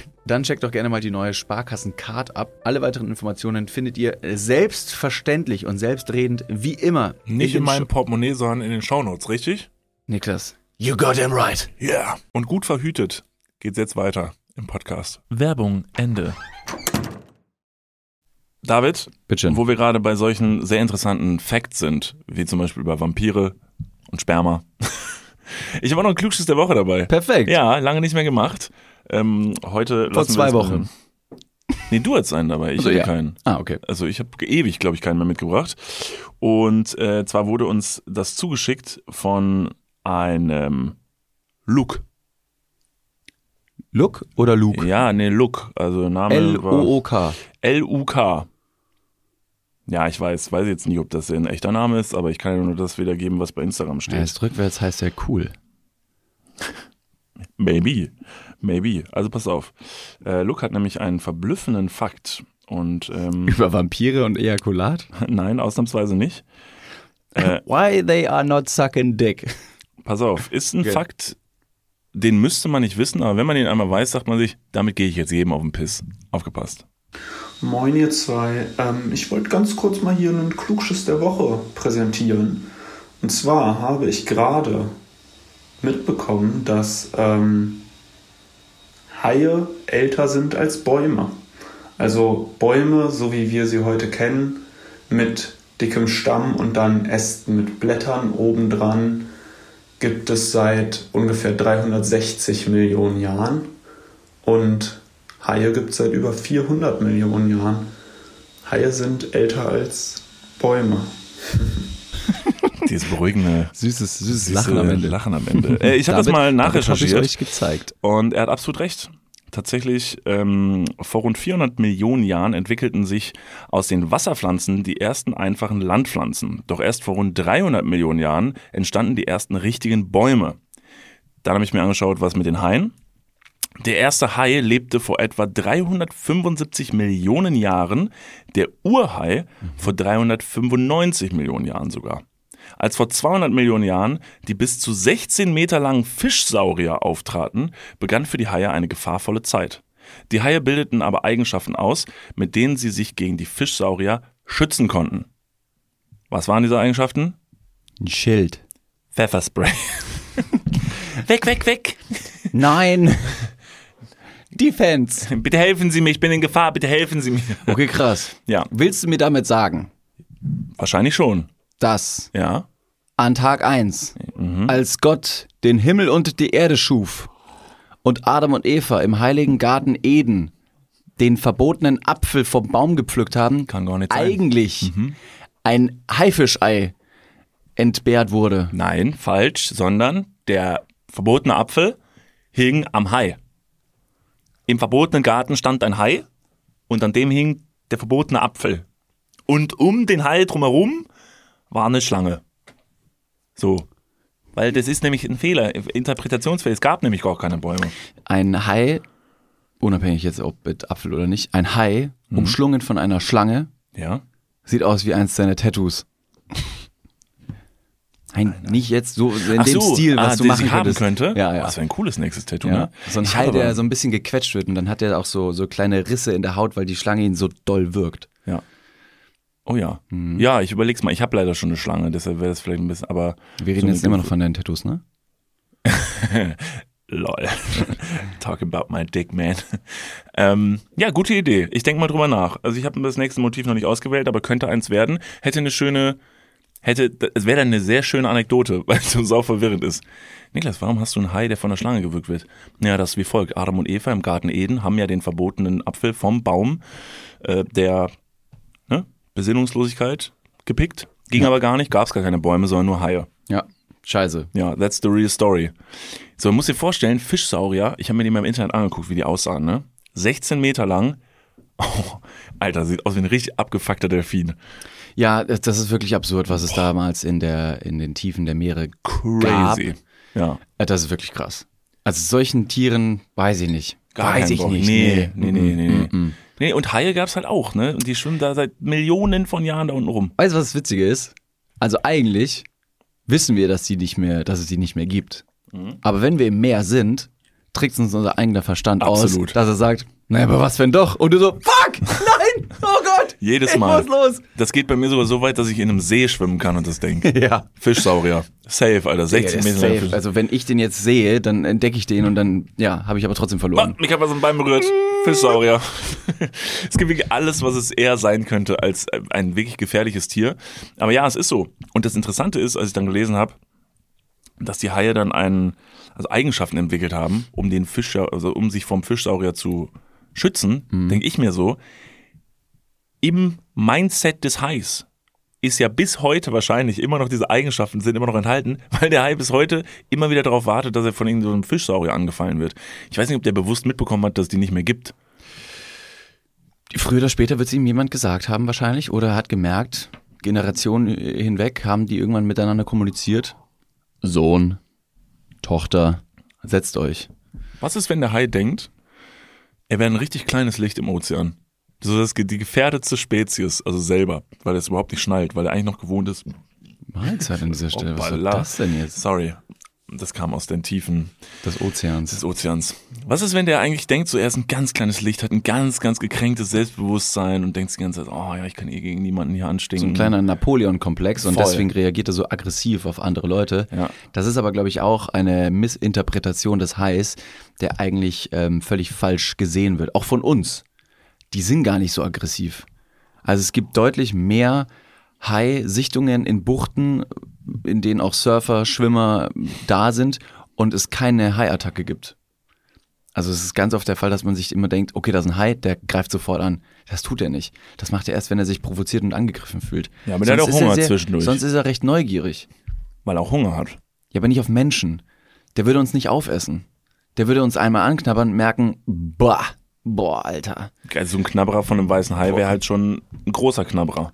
[SPEAKER 2] dann checkt doch gerne mal die neue Sparkassen-Card ab. Alle weiteren Informationen findet ihr selbstverständlich und selbstredend wie immer.
[SPEAKER 1] Nicht in
[SPEAKER 2] den
[SPEAKER 1] meinem
[SPEAKER 2] Sch-
[SPEAKER 1] Portemonnaie, sondern in den Shownotes, richtig?
[SPEAKER 2] Niklas. You got him right.
[SPEAKER 1] Ja. Yeah. Und gut verhütet geht's jetzt weiter im Podcast. Werbung, Ende. David,
[SPEAKER 2] Bitte.
[SPEAKER 1] wo wir gerade bei solchen sehr interessanten Facts sind, wie zum Beispiel bei Vampire und Sperma. ich habe auch noch einen Klugschiss der Woche dabei.
[SPEAKER 2] Perfekt.
[SPEAKER 1] Ja, lange nicht mehr gemacht. Ähm, heute
[SPEAKER 2] Vor
[SPEAKER 1] lassen wir
[SPEAKER 2] zwei
[SPEAKER 1] das-
[SPEAKER 2] Wochen.
[SPEAKER 1] Nee, du hattest einen dabei, ich
[SPEAKER 2] Also,
[SPEAKER 1] hatte
[SPEAKER 2] ja.
[SPEAKER 1] keinen.
[SPEAKER 2] Ah, okay.
[SPEAKER 1] Also ich habe ewig, glaube ich, keinen mehr mitgebracht. Und äh, zwar wurde uns das zugeschickt von einem Luke.
[SPEAKER 2] Look oder Luke?
[SPEAKER 1] Ja, nee, Luke. Also Name war
[SPEAKER 2] L-O-O-K.
[SPEAKER 1] L-U-K. Ja, ich weiß, weiß jetzt nicht, ob das ein echter Name ist, aber ich kann ja nur das wiedergeben, was bei Instagram steht.
[SPEAKER 2] Ja, ist rückwärts heißt ja cool.
[SPEAKER 1] Maybe, maybe. Also pass auf. Äh, Luke hat nämlich einen verblüffenden Fakt. Und ähm,
[SPEAKER 2] Über Vampire und Ejakulat?
[SPEAKER 1] nein, ausnahmsweise nicht.
[SPEAKER 2] Why they are not sucking dick.
[SPEAKER 1] Pass auf, ist ein
[SPEAKER 2] Okay.
[SPEAKER 1] Fakt, den müsste man nicht wissen, aber wenn man den einmal weiß, sagt man sich, damit gehe ich jetzt jedem auf den Piss. Aufgepasst.
[SPEAKER 3] Moin ihr zwei. Ähm, ich wollte ganz kurz mal hier einen Klugschiss der Woche präsentieren. Und zwar habe ich gerade mitbekommen, dass ähm, Haie älter sind als Bäume. Also Bäume, so wie wir sie heute kennen, mit dickem Stamm und dann Ästen mit Blättern obendran, gibt es seit ungefähr 360 Millionen Jahren. Und Haie gibt es seit über 400 Millionen Jahren. Haie sind älter als Bäume.
[SPEAKER 1] Dieses beruhigende
[SPEAKER 2] Süßes, süßes
[SPEAKER 1] süße Lachen am Ende. Äh, ich habe das
[SPEAKER 2] Damit-
[SPEAKER 1] mal
[SPEAKER 2] damit hab
[SPEAKER 1] nachrecherchiert
[SPEAKER 2] ich's euch gezeigt.
[SPEAKER 1] und er hat absolut recht. Tatsächlich, ähm, vor rund 400 Millionen Jahren entwickelten sich aus den Wasserpflanzen die ersten einfachen Landpflanzen. Doch erst vor rund 300 Millionen Jahren entstanden die ersten richtigen Bäume. Dann habe ich mir angeschaut, was mit den Haien. Der erste Hai lebte vor etwa 375 Millionen Jahren, der Urhai vor 395 Millionen Jahren sogar. Als vor 200 Millionen Jahren die bis zu 16 Meter langen Fischsaurier auftraten, begann für die Haie eine gefahrvolle Zeit. Die Haie bildeten aber Eigenschaften aus, mit denen sie sich gegen die Fischsaurier schützen konnten. Was waren diese Eigenschaften?
[SPEAKER 2] Ein Schild.
[SPEAKER 1] Pfefferspray. weg, weg, weg!
[SPEAKER 2] Nein. Defense.
[SPEAKER 1] Bitte helfen Sie mir, ich bin in Gefahr, bitte helfen Sie mir.
[SPEAKER 2] Okay, krass.
[SPEAKER 1] Ja,
[SPEAKER 2] Willst du mir damit sagen,
[SPEAKER 1] wahrscheinlich schon.
[SPEAKER 2] dass
[SPEAKER 1] Ja.
[SPEAKER 2] an Tag 1,
[SPEAKER 1] Mhm.
[SPEAKER 2] als Gott den Himmel und die Erde schuf und Adam und Eva im heiligen Garten Eden den verbotenen Apfel vom Baum gepflückt haben,
[SPEAKER 1] Kann gar nicht sein.
[SPEAKER 2] eigentlich
[SPEAKER 1] Mhm.
[SPEAKER 2] ein Haifischei entbehrt wurde.
[SPEAKER 1] Nein, falsch, sondern der verbotene Apfel hing am Hai. Im verbotenen Garten stand ein Hai und an dem hing der verbotene Apfel. Und um den Hai drumherum war eine Schlange. So. Weil das ist nämlich ein Fehler, Interpretationsfehler. Es gab nämlich gar keine Bäume.
[SPEAKER 2] Ein Hai, unabhängig jetzt ob mit Apfel oder nicht, ein Hai,
[SPEAKER 1] Mhm.
[SPEAKER 2] umschlungen von einer Schlange,
[SPEAKER 1] Ja.
[SPEAKER 2] Sieht aus wie eins seiner Tattoos. Nein, nicht jetzt so in
[SPEAKER 1] Ach
[SPEAKER 2] dem
[SPEAKER 1] so,
[SPEAKER 2] Stil,
[SPEAKER 1] ah,
[SPEAKER 2] was du
[SPEAKER 1] den
[SPEAKER 2] machen
[SPEAKER 1] sie haben
[SPEAKER 2] könntest.
[SPEAKER 1] könnte.
[SPEAKER 2] Ja, ja.
[SPEAKER 1] Das wäre ein cooles nächstes Tattoo,
[SPEAKER 2] ja.
[SPEAKER 1] ne?
[SPEAKER 2] So ein
[SPEAKER 1] Ich
[SPEAKER 2] Hai,
[SPEAKER 1] hab aber-
[SPEAKER 2] der so ein bisschen gequetscht wird und dann hat er auch so, so kleine Risse in der Haut, weil die Schlange ihn so doll wirkt.
[SPEAKER 1] Ja. Oh ja.
[SPEAKER 2] Mhm.
[SPEAKER 1] Ja, ich überleg's mal. Ich habe leider schon eine Schlange, deshalb wäre das vielleicht ein bisschen, aber.
[SPEAKER 2] Wir reden
[SPEAKER 1] so eine
[SPEAKER 2] jetzt immer noch
[SPEAKER 1] doofe-
[SPEAKER 2] von deinen Tattoos, ne?
[SPEAKER 1] Lol. Talk about my dick, man. Ähm, ja, gute Idee. Ich denke mal drüber nach. Also ich habe das nächste Motiv noch nicht ausgewählt, aber könnte eins werden. Hätte eine schöne, hätte, es wäre dann eine sehr schöne Anekdote, weil es so sau verwirrend ist. Niklas, warum hast du einen Hai, der von der Schlange gewürgt wird? Ja, das ist wie folgt. Adam und Eva im Garten Eden haben ja den verbotenen Apfel vom Baum äh, der ne, Besinnungslosigkeit gepickt. Ging aber gar nicht, gab es gar keine Bäume, sondern nur Haie.
[SPEAKER 2] Ja. Scheiße.
[SPEAKER 1] Ja, that's the real story. So, man muss dir vorstellen, Fischsaurier, ich habe mir die mal im Internet angeguckt, wie die aussahen, ne? 16 Meter lang. Oh, Alter, sieht aus wie ein richtig abgefuckter Delfin.
[SPEAKER 2] Ja, das das ist wirklich absurd, was es damals in, der, in den Tiefen der Meere gab.
[SPEAKER 1] Crazy. Ja.
[SPEAKER 2] Äh, Das ist wirklich krass. Also solchen Tieren weiß ich nicht.
[SPEAKER 1] Gar
[SPEAKER 2] weiß
[SPEAKER 1] keinen
[SPEAKER 2] ich
[SPEAKER 1] Bock.
[SPEAKER 2] nicht.
[SPEAKER 1] Nee, nee, nee, nee. nee.
[SPEAKER 2] Mm-mm.
[SPEAKER 1] Nee, und Haie gab's halt auch, ne? Und die schwimmen da seit Millionen von Jahren da unten rum.
[SPEAKER 2] Weißt du, was das Witzige ist? Also eigentlich wissen wir, dass, die nicht mehr, dass es die nicht mehr gibt.
[SPEAKER 1] Mhm.
[SPEAKER 2] Aber wenn wir im Meer sind, trickst uns unser eigener Verstand aus,
[SPEAKER 1] Absolut.
[SPEAKER 2] dass er sagt, naja, aber was wenn doch? Und du so, fuck, nein, oh Gott,
[SPEAKER 1] Jedes
[SPEAKER 2] ich
[SPEAKER 1] Mal.
[SPEAKER 2] muss los.
[SPEAKER 1] Das geht bei mir sogar so weit, dass ich in einem See schwimmen kann und das Ding.
[SPEAKER 2] Ja.
[SPEAKER 1] Fischsaurier. Safe, Alter. 60 Meter lang
[SPEAKER 2] Safe.
[SPEAKER 1] Fisch.
[SPEAKER 2] Also wenn ich den jetzt sehe, dann entdecke ich den und dann, ja, habe ich aber trotzdem
[SPEAKER 1] Ah,
[SPEAKER 2] verloren.
[SPEAKER 1] mich hat was im Bein berührt. Fischsaurier. es gibt wirklich alles, was es eher sein könnte als äh, ein wirklich gefährliches Tier. Aber ja, es ist so. Und das Interessante ist, als ich dann gelesen habe, dass die Haie dann einen, also Eigenschaften entwickelt haben, um den Fisch, also um sich vom Fischsaurier zu schützen, denke ich mir so. Im Mindset des Hais ist ja bis heute wahrscheinlich immer noch diese Eigenschaften sind immer noch enthalten, weil der Hai bis heute immer wieder darauf wartet, dass er von irgendeinem Fischsaurier angefallen wird. Ich weiß nicht, ob der bewusst mitbekommen hat, dass es die nicht mehr gibt. Ah.
[SPEAKER 2] Früher oder später wird es ihm jemand gesagt haben wahrscheinlich oder hat gemerkt, Generationen hinweg haben die irgendwann miteinander kommuniziert. Sohn, Tochter, setzt euch.
[SPEAKER 1] Was ist, wenn der Hai denkt, er wäre ein richtig kleines Licht im Ozean? So das die gefährdetste Spezies, also selber, weil er es überhaupt nicht schnallt, weil er eigentlich noch gewohnt ist.
[SPEAKER 2] Mahlzeit an dieser Stelle. Was war
[SPEAKER 1] Hoppala.
[SPEAKER 2] das denn jetzt?
[SPEAKER 1] Sorry, das kam aus den Tiefen
[SPEAKER 2] Des Ozeans.
[SPEAKER 1] des Ozeans. Was ist, wenn der eigentlich denkt, so er ist ein ganz kleines Licht, hat ein ganz, ganz gekränktes Selbstbewusstsein und denkt die ganze Zeit, oh ja, ich kann eh gegen niemanden hier anstinken.
[SPEAKER 2] So ein kleiner Napoleon-Komplex und
[SPEAKER 1] Voll.
[SPEAKER 2] deswegen reagiert er so aggressiv auf andere Leute.
[SPEAKER 1] Ja.
[SPEAKER 2] Das ist aber, glaube ich, auch eine Missinterpretation des Hais, der eigentlich ähm, völlig falsch gesehen wird. Auch von uns. Die sind gar nicht so aggressiv. Also es gibt deutlich mehr Hai-Sichtungen in Buchten, in denen auch Surfer, Schwimmer da sind und es keine Hai-Attacke gibt. Also es ist ganz oft der Fall, dass man sich immer denkt, okay, das ist ein Hai, der greift sofort an. Das tut er nicht. Das macht er erst, wenn er sich provoziert und angegriffen fühlt.
[SPEAKER 1] Ja, aber der hat
[SPEAKER 2] Sonst
[SPEAKER 1] auch
[SPEAKER 2] ist er
[SPEAKER 1] Hunger
[SPEAKER 2] sehr,
[SPEAKER 1] zwischendurch.
[SPEAKER 2] Sonst ist er recht neugierig.
[SPEAKER 1] weil er auch Hunger hat.
[SPEAKER 2] Ja, aber nicht auf Menschen. Der würde uns nicht aufessen. Der würde uns einmal anknabbern, merken, boah, boah, Alter.
[SPEAKER 1] Also so ein Knabberer von einem weißen Hai wäre halt schon ein großer Knabberer.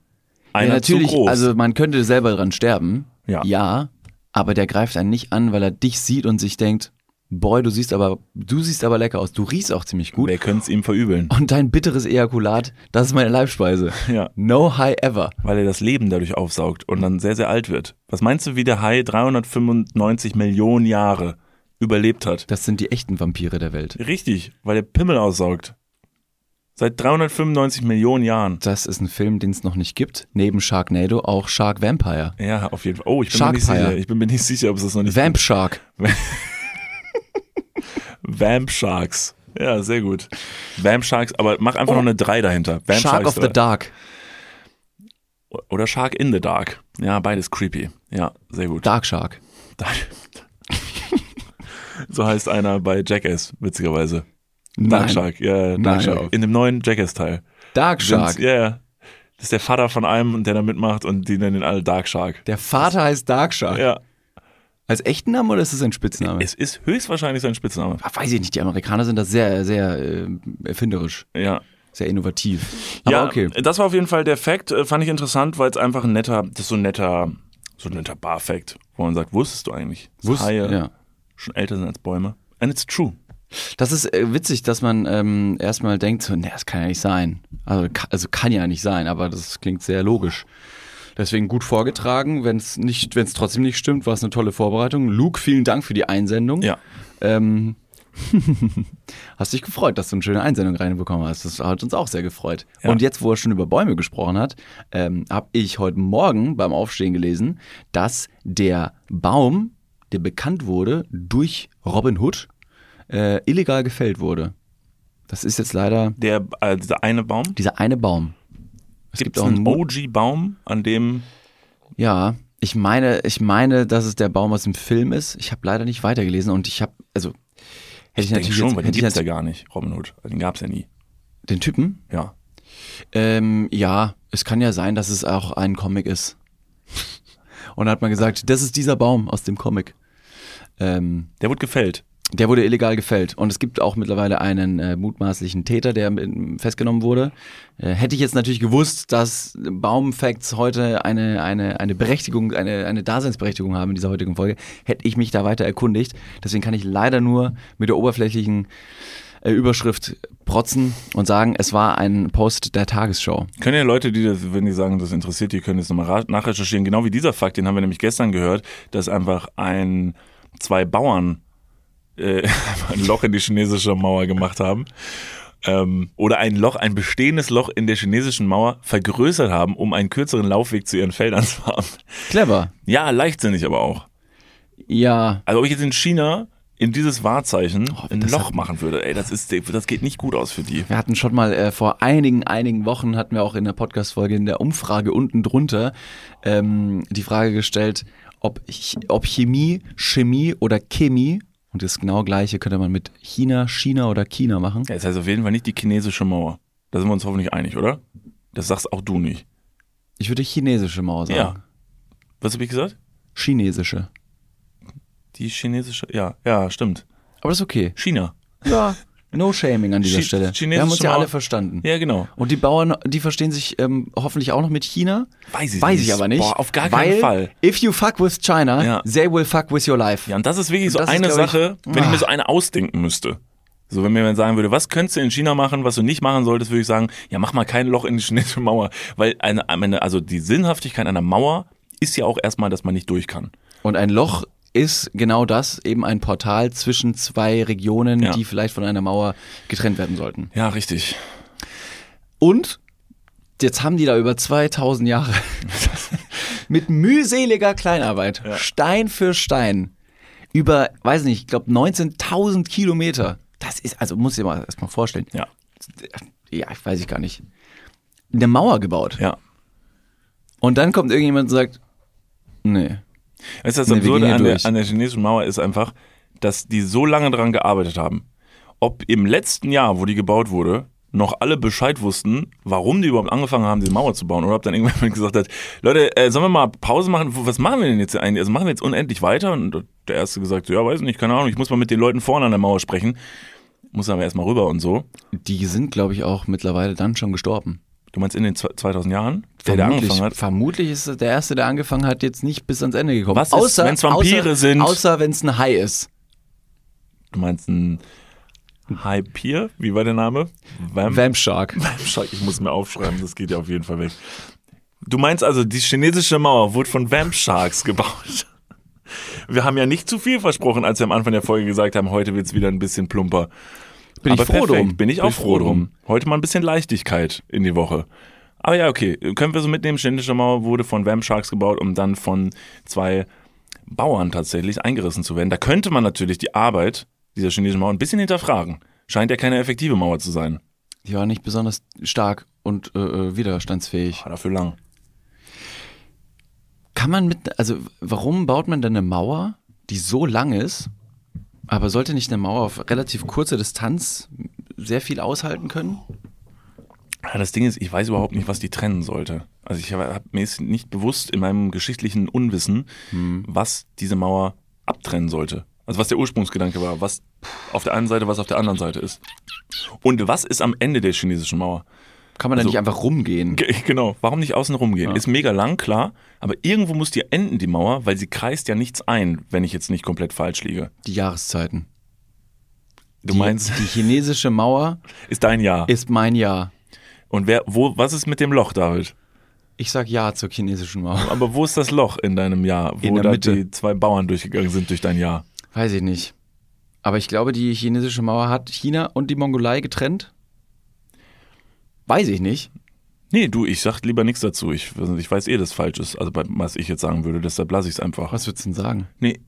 [SPEAKER 1] Einer
[SPEAKER 2] ja, natürlich,
[SPEAKER 1] zu groß.
[SPEAKER 2] also man könnte selber dran sterben.
[SPEAKER 1] Ja.
[SPEAKER 2] Ja, aber der greift einen nicht an, weil er dich sieht und sich denkt, boy, du siehst aber, du siehst aber lecker aus. Du riechst auch ziemlich gut.
[SPEAKER 1] Wer könnte es ihm verübeln?
[SPEAKER 2] Und dein bitteres Ejakulat, das ist meine Leibspeise.
[SPEAKER 1] Ja.
[SPEAKER 2] No high ever.
[SPEAKER 1] Weil er das Leben dadurch aufsaugt und dann sehr, sehr alt wird. Was meinst du, wie der Hai 395 Millionen Jahre überlebt hat?
[SPEAKER 2] Das sind die echten Vampire der Welt.
[SPEAKER 1] Richtig, weil er Pimmel aussaugt. Seit 395 Millionen Jahren.
[SPEAKER 2] Das ist ein Film, den es noch nicht gibt. Neben Sharknado auch Shark Vampire.
[SPEAKER 1] Ja, auf jeden Fall. Oh, ich bin mir nicht
[SPEAKER 2] Sharkfire.
[SPEAKER 1] sicher. Ich bin mir nicht sicher, ob es das noch nicht
[SPEAKER 2] Vamp Shark.
[SPEAKER 1] Vamp Sharks. Ja, sehr gut. Vamp Sharks, aber mach einfach noch eine 3 dahinter. Vamp
[SPEAKER 2] Oh. Shark
[SPEAKER 1] Sharks
[SPEAKER 2] of the Dark.
[SPEAKER 1] Oder Shark in the Dark. Ja, beides creepy. Ja, sehr gut.
[SPEAKER 2] Dark Shark.
[SPEAKER 1] so heißt einer bei Jackass, witzigerweise. Dark
[SPEAKER 2] Nein.
[SPEAKER 1] Shark, ja, ja, Dark
[SPEAKER 2] Nein.
[SPEAKER 1] Shark. In dem neuen Jackass-Teil.
[SPEAKER 2] Dark
[SPEAKER 1] Sind's-
[SPEAKER 2] Shark.
[SPEAKER 1] Ja, ja. Das ist der Vater von einem, und der da mitmacht und die nennen ihn alle Dark Shark.
[SPEAKER 2] Der Vater heißt Dark Shark.
[SPEAKER 1] Ja.
[SPEAKER 2] Als echten Name oder ist es ein Spitzname?
[SPEAKER 1] Es ist höchstwahrscheinlich sein Spitzname.
[SPEAKER 2] Ah, weiß ich nicht, die Amerikaner sind da sehr, sehr äh, erfinderisch,
[SPEAKER 1] Ja.
[SPEAKER 2] sehr innovativ. Aber
[SPEAKER 1] ja,
[SPEAKER 2] okay.
[SPEAKER 1] Das war auf jeden Fall der Fact. Äh, Fand ich interessant, weil es einfach ein netter, das ist so ein netter, so ein netter Bar-Fact, wo man sagt, wusstest du eigentlich, dass
[SPEAKER 2] Wusst-
[SPEAKER 1] Haie
[SPEAKER 2] ja.
[SPEAKER 1] schon älter sind als Bäume? And it's true.
[SPEAKER 2] Das ist äh, witzig, dass man ähm, erstmal denkt, so, nee, das kann ja nicht sein. Also, ka- also kann ja nicht sein, aber das klingt sehr logisch. Deswegen gut vorgetragen, wenn es nicht, wenn es trotzdem nicht stimmt, war es eine tolle Vorbereitung. Luke, vielen Dank für die Einsendung.
[SPEAKER 1] Ja.
[SPEAKER 2] Ähm, hast dich gefreut, dass du eine schöne Einsendung reinbekommen hast. Das hat uns auch sehr gefreut.
[SPEAKER 1] Ja.
[SPEAKER 2] Und jetzt, wo er schon über Bäume gesprochen hat, ähm, habe ich heute Morgen beim Aufstehen gelesen, dass der Baum, der bekannt wurde durch Robin Hood, äh, illegal gefällt wurde. Das ist jetzt leider
[SPEAKER 1] Der, äh, dieser eine Baum.
[SPEAKER 2] dieser eine Baum. Es
[SPEAKER 1] Gibt es einen
[SPEAKER 2] Mo-
[SPEAKER 1] OG-Baum, an dem
[SPEAKER 2] Ja, ich meine, ich meine, dass es der Baum aus dem Film ist. Ich habe leider nicht weitergelesen und ich habe, also hätte ich,
[SPEAKER 1] Denke
[SPEAKER 2] natürlich
[SPEAKER 1] schon,
[SPEAKER 2] jetzt,
[SPEAKER 1] weil den
[SPEAKER 2] hätte ich
[SPEAKER 1] gibt's ja
[SPEAKER 2] nat-
[SPEAKER 1] gar nicht, Robin Hood. Den gab's ja nie.
[SPEAKER 2] den Typen.
[SPEAKER 1] Ja.
[SPEAKER 2] Ähm, ja, es kann ja sein, dass es auch ein Comic ist. Und da hat man gesagt, das ist dieser Baum aus dem Comic. Ähm,
[SPEAKER 1] Der wurde gefällt.
[SPEAKER 2] Der wurde illegal gefällt. Und es gibt auch mittlerweile einen äh, mutmaßlichen Täter, der ähm, festgenommen wurde. Äh, hätte ich jetzt natürlich gewusst, dass Baumfacts heute eine, eine, eine Berechtigung, eine, eine Daseinsberechtigung haben in dieser heutigen Folge, hätte ich mich da weiter erkundigt. Deswegen kann ich leider nur mit der oberflächlichen äh, Überschrift protzen und sagen, es war ein Post der Tagesschau.
[SPEAKER 1] Können ja Leute, die das, wenn die sagen, das interessiert, die können das nochmal ra- nachrecherchieren. Genau wie dieser Fakt, den haben wir nämlich gestern gehört, dass einfach ein, zwei Bauern äh, einfach ein Loch in die chinesische Mauer gemacht haben. Ähm, oder ein Loch, ein bestehendes Loch in der chinesischen Mauer vergrößert haben, um einen kürzeren Laufweg zu ihren Feldern zu haben.
[SPEAKER 2] Clever.
[SPEAKER 1] Ja, leichtsinnig aber auch.
[SPEAKER 2] Ja.
[SPEAKER 1] Also ob ich jetzt in China in dieses Wahrzeichen
[SPEAKER 2] Oh,
[SPEAKER 1] ein
[SPEAKER 2] das
[SPEAKER 1] Loch
[SPEAKER 2] hat-
[SPEAKER 1] machen würde, ey, das ist, das geht nicht gut aus für die.
[SPEAKER 2] Wir hatten schon mal äh, vor einigen, einigen Wochen, hatten wir auch in der Podcast-Folge in der Umfrage unten drunter ähm, die Frage gestellt, ob, Ch- ob Chemie, Chemie oder Chemie, und das genau gleiche könnte man mit China, China oder China machen.
[SPEAKER 1] Ja, das heißt auf jeden Fall nicht die chinesische Mauer. Da sind wir uns hoffentlich einig, oder? Das sagst auch du nicht.
[SPEAKER 2] Ich würde chinesische Mauer sagen.
[SPEAKER 1] Ja. Was habe ich gesagt?
[SPEAKER 2] Chinesische.
[SPEAKER 1] Die chinesische, ja, ja, stimmt.
[SPEAKER 2] Aber das ist okay.
[SPEAKER 1] China.
[SPEAKER 2] Ja. No shaming an dieser
[SPEAKER 1] Chi-
[SPEAKER 2] Stelle. Wir
[SPEAKER 1] chinesische
[SPEAKER 2] haben uns ja
[SPEAKER 1] Mauer-
[SPEAKER 2] alle verstanden.
[SPEAKER 1] Ja, genau.
[SPEAKER 2] Und die Bauern, die verstehen sich ähm, hoffentlich auch noch mit China.
[SPEAKER 1] Weiß ich
[SPEAKER 2] Weiß
[SPEAKER 1] nicht.
[SPEAKER 2] ich aber nicht.
[SPEAKER 1] Boah, auf gar
[SPEAKER 2] weil
[SPEAKER 1] keinen Fall.
[SPEAKER 2] If you fuck with China,
[SPEAKER 1] Ja.
[SPEAKER 2] they will fuck with your life.
[SPEAKER 1] Ja, und das ist wirklich so
[SPEAKER 2] Das ist,
[SPEAKER 1] eine
[SPEAKER 2] glaub ich,
[SPEAKER 1] Sache, wenn ich
[SPEAKER 2] ah.
[SPEAKER 1] mir so eine ausdenken müsste. So, wenn mir jemand sagen würde, was könntest du in China machen, was du nicht machen solltest, würde ich sagen, ja, mach mal kein Loch in die chinesische Mauer. Weil eine, eine, also die Sinnhaftigkeit einer Mauer ist ja auch erstmal, dass man nicht durch kann.
[SPEAKER 2] Und ein Loch ist genau das, eben ein Portal zwischen zwei Regionen,
[SPEAKER 1] Ja.
[SPEAKER 2] die vielleicht von einer Mauer getrennt werden sollten.
[SPEAKER 1] Ja, richtig.
[SPEAKER 2] Und jetzt haben die da über 2000 Jahre mit mühseliger Kleinarbeit, Stein für Stein, über, weiß nicht, ich glaube 19.000 Kilometer. Das ist, also muss ich mal erstmal vorstellen.
[SPEAKER 1] Ja,
[SPEAKER 2] Ja, ich weiß ich gar nicht. Eine Mauer gebaut.
[SPEAKER 1] ja.
[SPEAKER 2] Und dann kommt irgendjemand und sagt, nee.
[SPEAKER 1] Weißt du, das
[SPEAKER 2] Nee, wir gehen
[SPEAKER 1] Absurde
[SPEAKER 2] hier
[SPEAKER 1] an der,
[SPEAKER 2] durch.
[SPEAKER 1] an der chinesischen Mauer ist einfach, dass die so lange dran gearbeitet haben. Ob im letzten Jahr, wo die gebaut wurde, noch alle Bescheid wussten, warum die überhaupt angefangen haben, diese Mauer zu bauen. Oder ob dann irgendjemand gesagt hat, Leute, äh, sollen wir mal Pause machen? Wo- Was machen wir denn jetzt eigentlich? Also machen wir jetzt unendlich weiter? Und der Erste gesagt, ja, weiß nicht, keine Ahnung, ich muss mal mit den Leuten vorne an der Mauer sprechen. Muss aber erstmal rüber und so.
[SPEAKER 2] Die sind, glaube ich, auch mittlerweile dann schon gestorben.
[SPEAKER 1] Du meinst in den zwe- 2000 Jahren, der da angefangen hat?
[SPEAKER 2] vermutlich ist es der Erste, der angefangen hat, jetzt nicht bis ans Ende gekommen.
[SPEAKER 1] Was ist, wenn's Vampire
[SPEAKER 2] außer,
[SPEAKER 1] sind?
[SPEAKER 2] Außer wenn es ein Hai ist.
[SPEAKER 1] Du meinst ein Hypier? Wie war der Name? Vamp
[SPEAKER 2] Vamp Shark.
[SPEAKER 1] Schau, ich muss mir aufschreiben, das geht ja auf jeden Fall weg. Du meinst also, die chinesische Mauer wurde von Vamp Sharks gebaut. Wir haben ja nicht zu viel versprochen, als wir am Anfang der Folge gesagt haben, heute wird's wieder ein bisschen plumper.
[SPEAKER 2] Bin
[SPEAKER 1] Aber
[SPEAKER 2] ich froh
[SPEAKER 1] perfekt,
[SPEAKER 2] drum.
[SPEAKER 1] Bin ich auch froh drum. Heute mal ein bisschen Leichtigkeit in die Woche. Aber ja, okay. Können wir so mitnehmen, chinesische Mauer wurde von Vamp Sharks gebaut, um dann von zwei Bauern tatsächlich eingerissen zu werden. Da könnte man natürlich die Arbeit dieser chinesischen Mauer ein bisschen hinterfragen. Scheint ja keine effektive Mauer zu sein.
[SPEAKER 2] Die war nicht besonders stark und äh, äh, widerstandsfähig.
[SPEAKER 1] Ah, dafür lang.
[SPEAKER 2] Kann man mit, also warum baut man denn eine Mauer, die so lang ist, aber sollte nicht eine Mauer auf relativ kurze Distanz sehr viel aushalten können?
[SPEAKER 1] Ja, das Ding ist, ich weiß überhaupt nicht, was die trennen sollte. Also ich habe hab mir ist nicht bewusst in meinem geschichtlichen Unwissen,
[SPEAKER 2] Hm.
[SPEAKER 1] was diese Mauer abtrennen sollte. Also was der Ursprungsgedanke war, was auf der einen Seite, was auf der anderen Seite ist. Und was ist am Ende der chinesischen Mauer?
[SPEAKER 2] Kann man da
[SPEAKER 1] Also-
[SPEAKER 2] nicht einfach rumgehen?
[SPEAKER 1] Ge- Genau, warum nicht außen rumgehen?
[SPEAKER 2] Ja.
[SPEAKER 1] Ist mega lang, klar, aber irgendwo muss die enden, die Mauer, weil sie kreist ja nichts ein, wenn ich jetzt nicht komplett falsch liege.
[SPEAKER 2] Die Jahreszeiten.
[SPEAKER 1] Du
[SPEAKER 2] die,
[SPEAKER 1] meinst,
[SPEAKER 2] Die chinesische Mauer
[SPEAKER 1] ist dein Jahr.
[SPEAKER 2] ist mein Jahr.
[SPEAKER 1] Und wer, wo, was ist mit dem Loch, David?
[SPEAKER 2] Ich sag Ja zur chinesischen Mauer.
[SPEAKER 1] Aber wo ist das Loch in deinem Jahr, wo
[SPEAKER 2] In der
[SPEAKER 1] da
[SPEAKER 2] Mitte.
[SPEAKER 1] die zwei Bauern durchgegangen sind durch dein Jahr?
[SPEAKER 2] Weiß ich nicht. Aber ich glaube, die chinesische Mauer hat China und die Mongolei getrennt. Weiß ich nicht.
[SPEAKER 1] Nee, du, ich sag lieber nichts dazu. Ich, ich weiß eh, dass falsch ist. Also, bei- was ich jetzt sagen würde, deshalb lasse ich es einfach.
[SPEAKER 2] Was würdest du denn sagen?
[SPEAKER 1] Nee,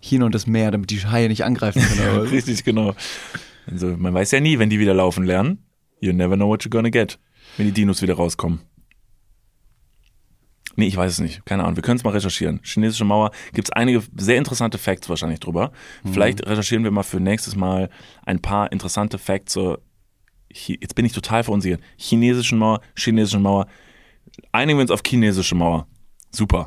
[SPEAKER 2] China und das Meer, damit die Haie nicht angreifen können. oder was?
[SPEAKER 1] richtig, genau. Also, man weiß ja nie, wenn die wieder laufen lernen. You never know what you're gonna get. Wenn die Dinos wieder rauskommen. Nee, ich weiß es nicht. Keine Ahnung. Wir können es mal recherchieren. Chinesische Mauer. Gibt es einige sehr interessante Facts wahrscheinlich drüber. Vielleicht recherchieren wir mal für nächstes Mal ein paar interessante Facts zur. Chi- Jetzt bin ich total verunsichert. Chinesischen Mauer, chinesischen Mauer. Einigen wir uns auf chinesische Mauer. Super.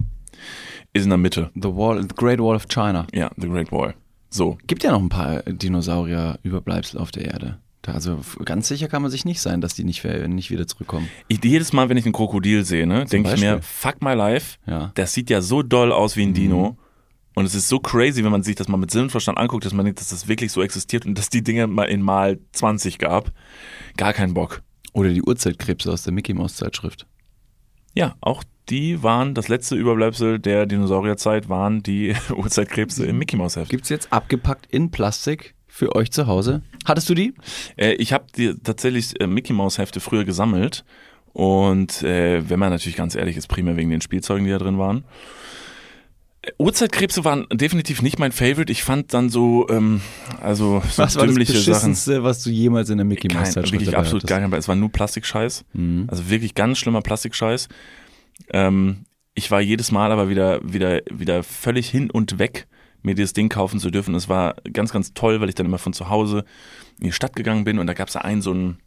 [SPEAKER 1] Ist in der Mitte.
[SPEAKER 2] the, wall, the Great Wall of China.
[SPEAKER 1] Ja, The Great Wall. So.
[SPEAKER 2] Gibt ja noch ein paar Dinosaurier-Überbleibsel auf der Erde. Da, also f- ganz sicher kann man sich nicht sein, dass die nicht, ver- nicht wieder zurückkommen.
[SPEAKER 1] Ich, jedes Mal, wenn ich ein Krokodil sehe, ne, denke ich
[SPEAKER 2] Beispiel.
[SPEAKER 1] mir, fuck my life,
[SPEAKER 2] Ja. Mhm.
[SPEAKER 1] das sieht ja so doll aus wie ein Dino. Und es ist so crazy, wenn man sich das mal mit Sinnverstand anguckt, dass man denkt, dass das wirklich so existiert und dass die Dinge mal in mal 20 gab. Gar keinen Bock.
[SPEAKER 2] Oder die Urzeitkrebse aus der Mickey Mouse Zeitschrift.
[SPEAKER 1] Ja, auch die waren, das letzte Überbleibsel der Dinosaurierzeit waren die Urzeitkrebse
[SPEAKER 2] Mhm.
[SPEAKER 1] im Mickey Mouse Heft.
[SPEAKER 2] Gibt's jetzt abgepackt in Plastik für euch zu Hause? Hattest du die?
[SPEAKER 1] Äh, ich habe tatsächlich äh, Mickey Mouse Hefte früher gesammelt. Und äh, wenn man natürlich ganz ehrlich ist, primär wegen den Spielzeugen, die da drin waren. Äh, Urzeitkrebse waren definitiv nicht mein Favorite. Ich fand dann so, ähm, also so dümmliche Sachen.
[SPEAKER 2] was du jemals in der Mickey
[SPEAKER 1] Kein,
[SPEAKER 2] Mouse Zeitschrift
[SPEAKER 1] wirklich absolut gar kein, es war nur Plastikscheiß.
[SPEAKER 2] Mhm.
[SPEAKER 1] Also wirklich ganz schlimmer Plastikscheiß. Ähm, ich war jedes Mal aber wieder, wieder, wieder völlig hin und weg, mir dieses Ding kaufen zu dürfen. Es war ganz, ganz toll, weil ich dann immer von zu Hause in die Stadt gegangen bin und da gab es da einen so einen,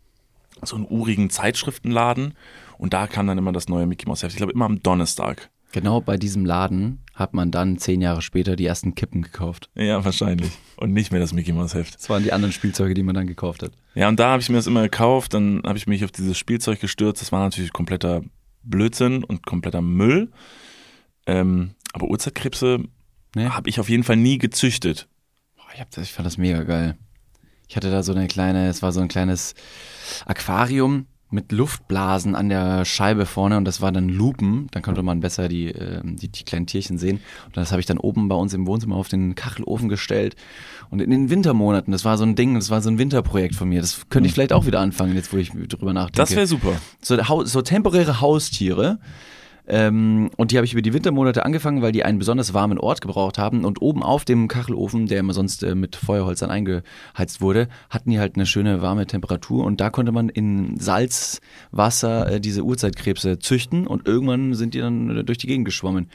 [SPEAKER 1] so einen urigen Zeitschriftenladen und da kam dann immer das neue Mickey Mouse Heft. Ich glaube immer am Donnerstag.
[SPEAKER 2] Genau bei diesem Laden hat man dann zehn Jahre später die ersten Kippen gekauft.
[SPEAKER 1] Ja, wahrscheinlich. Und nicht mehr das Mickey Mouse Heft.
[SPEAKER 2] Das waren die anderen Spielzeuge, die man dann gekauft hat.
[SPEAKER 1] Ja, und da habe ich mir das immer gekauft, dann habe ich mich auf dieses Spielzeug gestürzt. Das war natürlich kompletter Blödsinn und kompletter Müll. Ähm, aber Urzeitkrebse
[SPEAKER 2] Nee.
[SPEAKER 1] habe ich auf jeden Fall nie gezüchtet.
[SPEAKER 2] Boah, ich, hab das, ich fand das mega geil. Ich hatte da so eine kleine, es war so ein kleines Aquarium mit Luftblasen an der Scheibe vorne und das waren dann Lupen. Dann konnte man besser die, ähm, die, die kleinen Tierchen sehen. Und das habe ich dann oben bei uns im Wohnzimmer auf den Kachelofen gestellt. Und in den Wintermonaten, das war so ein Ding, das war so ein Winterprojekt von mir. Das könnte ich vielleicht auch wieder anfangen, jetzt wo ich drüber nachdenke
[SPEAKER 1] Das wäre super.
[SPEAKER 2] so, Hau- so temporäre Haustiere. Ähm, und die habe ich über die Wintermonate angefangen, weil die einen besonders warmen Ort gebraucht haben. Und oben auf dem Kachelofen, der immer sonst äh, mit Feuerholzern eingeheizt wurde, hatten die halt eine schöne warme Temperatur. Und da konnte man in Salzwasser äh, diese Urzeitkrebse züchten. Und irgendwann sind die dann äh, durch die Gegend geschwommen.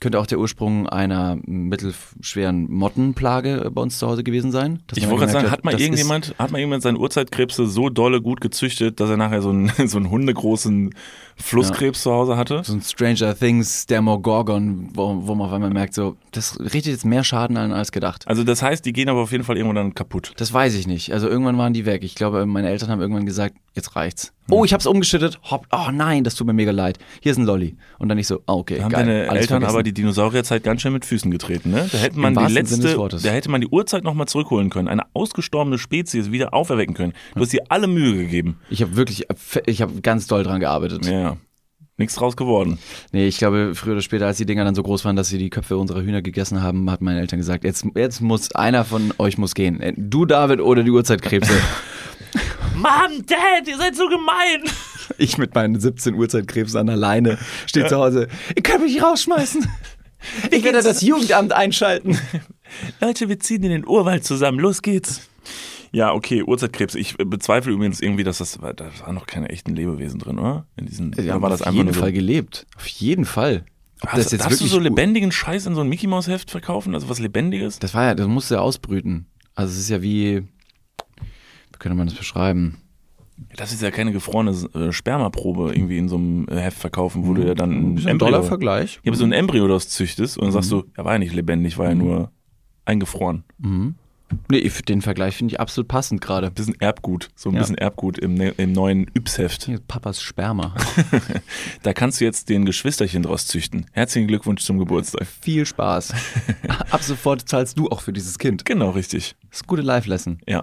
[SPEAKER 2] Könnte auch der Ursprung einer mittelschweren Mottenplage äh, bei uns zu Hause gewesen sein. dass
[SPEAKER 1] Ich
[SPEAKER 2] man
[SPEAKER 1] wollte gerade
[SPEAKER 2] gemerkt
[SPEAKER 1] sagen, hat mal
[SPEAKER 2] das ist-
[SPEAKER 1] irgendjemand, hat mal jemand seinen Urzeitkrebse so dolle gut gezüchtet, dass er nachher so einen, so einen hundegroßen Flusskrebs zu Hause hatte?
[SPEAKER 2] so ein Stranger Things Demogorgon, wo, wo man auf einmal merkt, so, das richtet jetzt mehr Schaden an als gedacht.
[SPEAKER 1] Also das heißt, die gehen aber auf jeden Fall irgendwo dann kaputt.
[SPEAKER 2] Das weiß ich nicht. Also irgendwann waren die weg. Ich glaube, meine Eltern haben irgendwann gesagt, jetzt reicht's. Oh, ich hab's umgeschüttet. Hopp. Oh nein, das tut mir mega leid. Hier ist ein Lolli. Und dann nicht so, ah, okay,
[SPEAKER 1] Da haben
[SPEAKER 2] geil.
[SPEAKER 1] deine
[SPEAKER 2] alles
[SPEAKER 1] Eltern
[SPEAKER 2] vergessen.
[SPEAKER 1] aber die Dinosaurierzeit ganz schön mit Füßen getreten, ne? Da hätte man
[SPEAKER 2] Im
[SPEAKER 1] die
[SPEAKER 2] wahrsten Sinne des
[SPEAKER 1] letzte,
[SPEAKER 2] Wortes.
[SPEAKER 1] da hätte man die Urzeit nochmal zurückholen können, eine ausgestorbene Spezies wieder auferwecken können. Du hast dir alle Mühe gegeben.
[SPEAKER 2] ich habe wirklich, ich habe ganz doll dran gearbeitet.
[SPEAKER 1] Ja, ja. Nichts draus geworden.
[SPEAKER 2] Nee, ich glaube, früher oder später, als die Dinger dann so groß waren, dass sie die Köpfe unserer Hühner gegessen haben, hat meine Eltern gesagt, jetzt, jetzt muss einer von euch muss gehen. Äh, Du, David, oder die Uhrzeitkrebse.
[SPEAKER 1] Mann, Dad, ihr seid so gemein.
[SPEAKER 2] Ich mit meinen 17 Uhrzeitkrebsen an der Leine stehe zu Hause. Ihr könnt mich rausschmeißen. Ich werde das Jugendamt einschalten.
[SPEAKER 1] Leute, wir ziehen in den Urwald zusammen. Los geht's. Ja, okay, Urzeitkrebs. Ich äh, bezweifle übrigens irgendwie, dass das, da waren noch keine echten Lebewesen drin, oder? In diesen,
[SPEAKER 2] Die
[SPEAKER 1] oder
[SPEAKER 2] haben
[SPEAKER 1] war das
[SPEAKER 2] auf
[SPEAKER 1] einfach
[SPEAKER 2] jeden
[SPEAKER 1] nur so-
[SPEAKER 2] Fall gelebt. Auf jeden Fall. Ob
[SPEAKER 1] Hast,
[SPEAKER 2] das jetzt
[SPEAKER 1] darfst du
[SPEAKER 2] wirklich
[SPEAKER 1] so lebendigen Scheiß in so ein Mickey Maus Heft verkaufen? Also was Lebendiges?
[SPEAKER 2] Oh, Das war ja, das musste ja ausbrüten. Also es ist ja wie, wie könnte man das beschreiben?
[SPEAKER 1] Das ist ja keine gefrorene äh, Spermaprobe irgendwie in so einem äh, Heft verkaufen, wo du ja dann ein Embryo, ja,
[SPEAKER 2] Dollarvergleich.
[SPEAKER 1] aber so ein Embryo das züchtest und dann sagst du, er war ja nicht lebendig, war ja nur eingefroren.
[SPEAKER 2] Nee, ich- den Vergleich finde ich absolut passend gerade.
[SPEAKER 1] Bisschen Erbgut, so ein
[SPEAKER 2] Ja.
[SPEAKER 1] bisschen Erbgut im, ne- im neuen Yps-Heft.
[SPEAKER 2] Hier ist Papas Sperma.
[SPEAKER 1] Da kannst du jetzt den Geschwisterchen draus züchten. Herzlichen Glückwunsch zum Geburtstag.
[SPEAKER 2] Viel Spaß. Ab sofort zahlst du auch für dieses Kind.
[SPEAKER 1] Genau, richtig.
[SPEAKER 2] Das ist gute Live-Lesson.
[SPEAKER 1] Ja.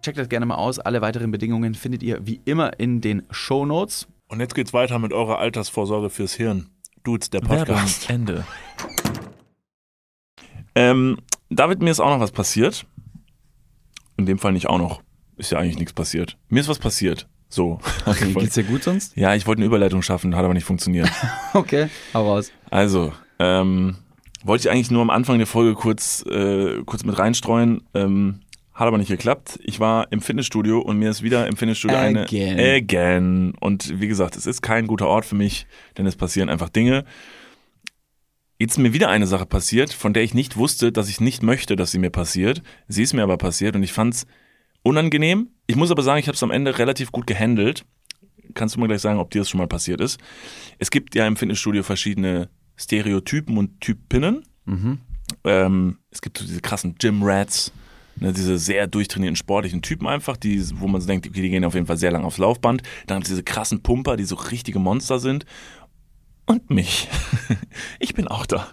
[SPEAKER 2] Checkt das gerne mal aus. Alle weiteren Bedingungen findet ihr wie immer in den Show Notes.
[SPEAKER 1] Und jetzt geht's weiter mit eurer Altersvorsorge fürs Hirn. Dudes, der Podcast.
[SPEAKER 4] Podcast. Ende.
[SPEAKER 1] Ähm, David, mir ist auch noch was passiert. In dem Fall nicht auch noch. Ist ja eigentlich nichts passiert. Mir ist was passiert. So. Ich wollte-
[SPEAKER 2] dir gut sonst?
[SPEAKER 1] ja, ich wollte eine Überleitung schaffen, hat aber nicht funktioniert.
[SPEAKER 2] Okay, hau raus.
[SPEAKER 1] Also, ähm, wollte ich eigentlich nur am Anfang der Folge kurz, äh, kurz mit reinstreuen. Ähm, hat aber nicht geklappt. Ich war im Fitnessstudio und mir ist wieder im Fitnessstudio
[SPEAKER 2] Again.
[SPEAKER 1] eine. Again. Und wie gesagt, es ist kein guter Ort für mich, denn es passieren einfach Dinge. Jetzt ist mir wieder eine Sache passiert, von der ich nicht wusste, dass ich nicht möchte, dass sie mir passiert. Sie ist mir aber passiert und ich fand's unangenehm. Ich muss aber sagen, ich habe es am Ende relativ gut gehandelt. Kannst du mir gleich sagen, ob dir das schon mal passiert ist? Es gibt ja im Fitnessstudio verschiedene Stereotypen und Typinnen. Ähm, es gibt so diese krassen Gym-Rats, ne, diese sehr durchtrainierten sportlichen Typen einfach, die, wo man so denkt, okay, die gehen auf jeden Fall sehr lang aufs Laufband. Dann gibt's diese krassen Pumper, die so richtige Monster sind. Und mich. ich bin auch da.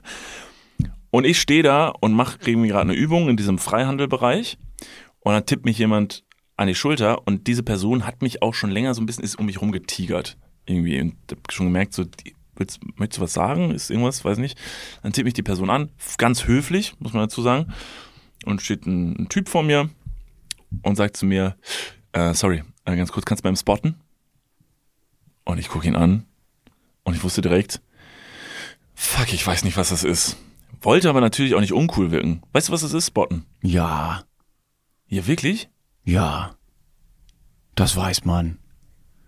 [SPEAKER 1] Und ich stehe da und mache irgendwie gerade eine Übung in diesem Freihandelbereich. Und dann tippt mich jemand an die Schulter und diese Person hat mich auch schon länger so ein bisschen ist um mich rumgetigert. Irgendwie. Und hab schon gemerkt, so, die- willst, möchtest du was sagen? Ist irgendwas? Weiß nicht. Dann tippt mich die Person an, f- ganz höflich, muss man dazu sagen. Und steht ein, ein Typ vor mir und sagt zu mir, äh, sorry, äh, ganz kurz, kannst du beim Spotten? Und ich gucke ihn an und ich wusste direkt, fuck, ich weiß nicht, was das ist. Wollte aber natürlich auch nicht uncool wirken. Weißt du, was das ist, Spotten?
[SPEAKER 4] Ja,
[SPEAKER 1] Ja, wirklich?
[SPEAKER 4] ja. Das weiß man.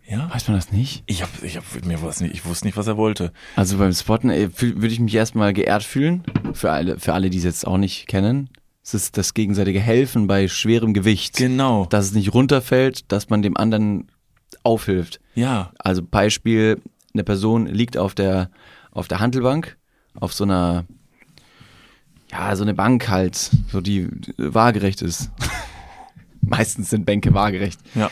[SPEAKER 1] Ja.
[SPEAKER 4] Weiß man das nicht?
[SPEAKER 1] Ich hab, ich hab, mir was nicht, ich wusste nicht, was er wollte.
[SPEAKER 2] Also beim Spotten äh, fühl- würde ich mich erstmal geehrt fühlen, für alle, für alle, die es jetzt auch nicht kennen. Es ist das gegenseitige Helfen bei schwerem Gewicht.
[SPEAKER 1] Genau.
[SPEAKER 2] Dass es nicht runterfällt, dass man dem anderen aufhilft.
[SPEAKER 1] ja.
[SPEAKER 2] Also Beispiel, eine Person liegt auf der, auf der Handelbank, auf so einer, ja, so eine Bank halt, so die waagerecht ist. Meistens sind Bänke waagerecht.
[SPEAKER 1] Ja.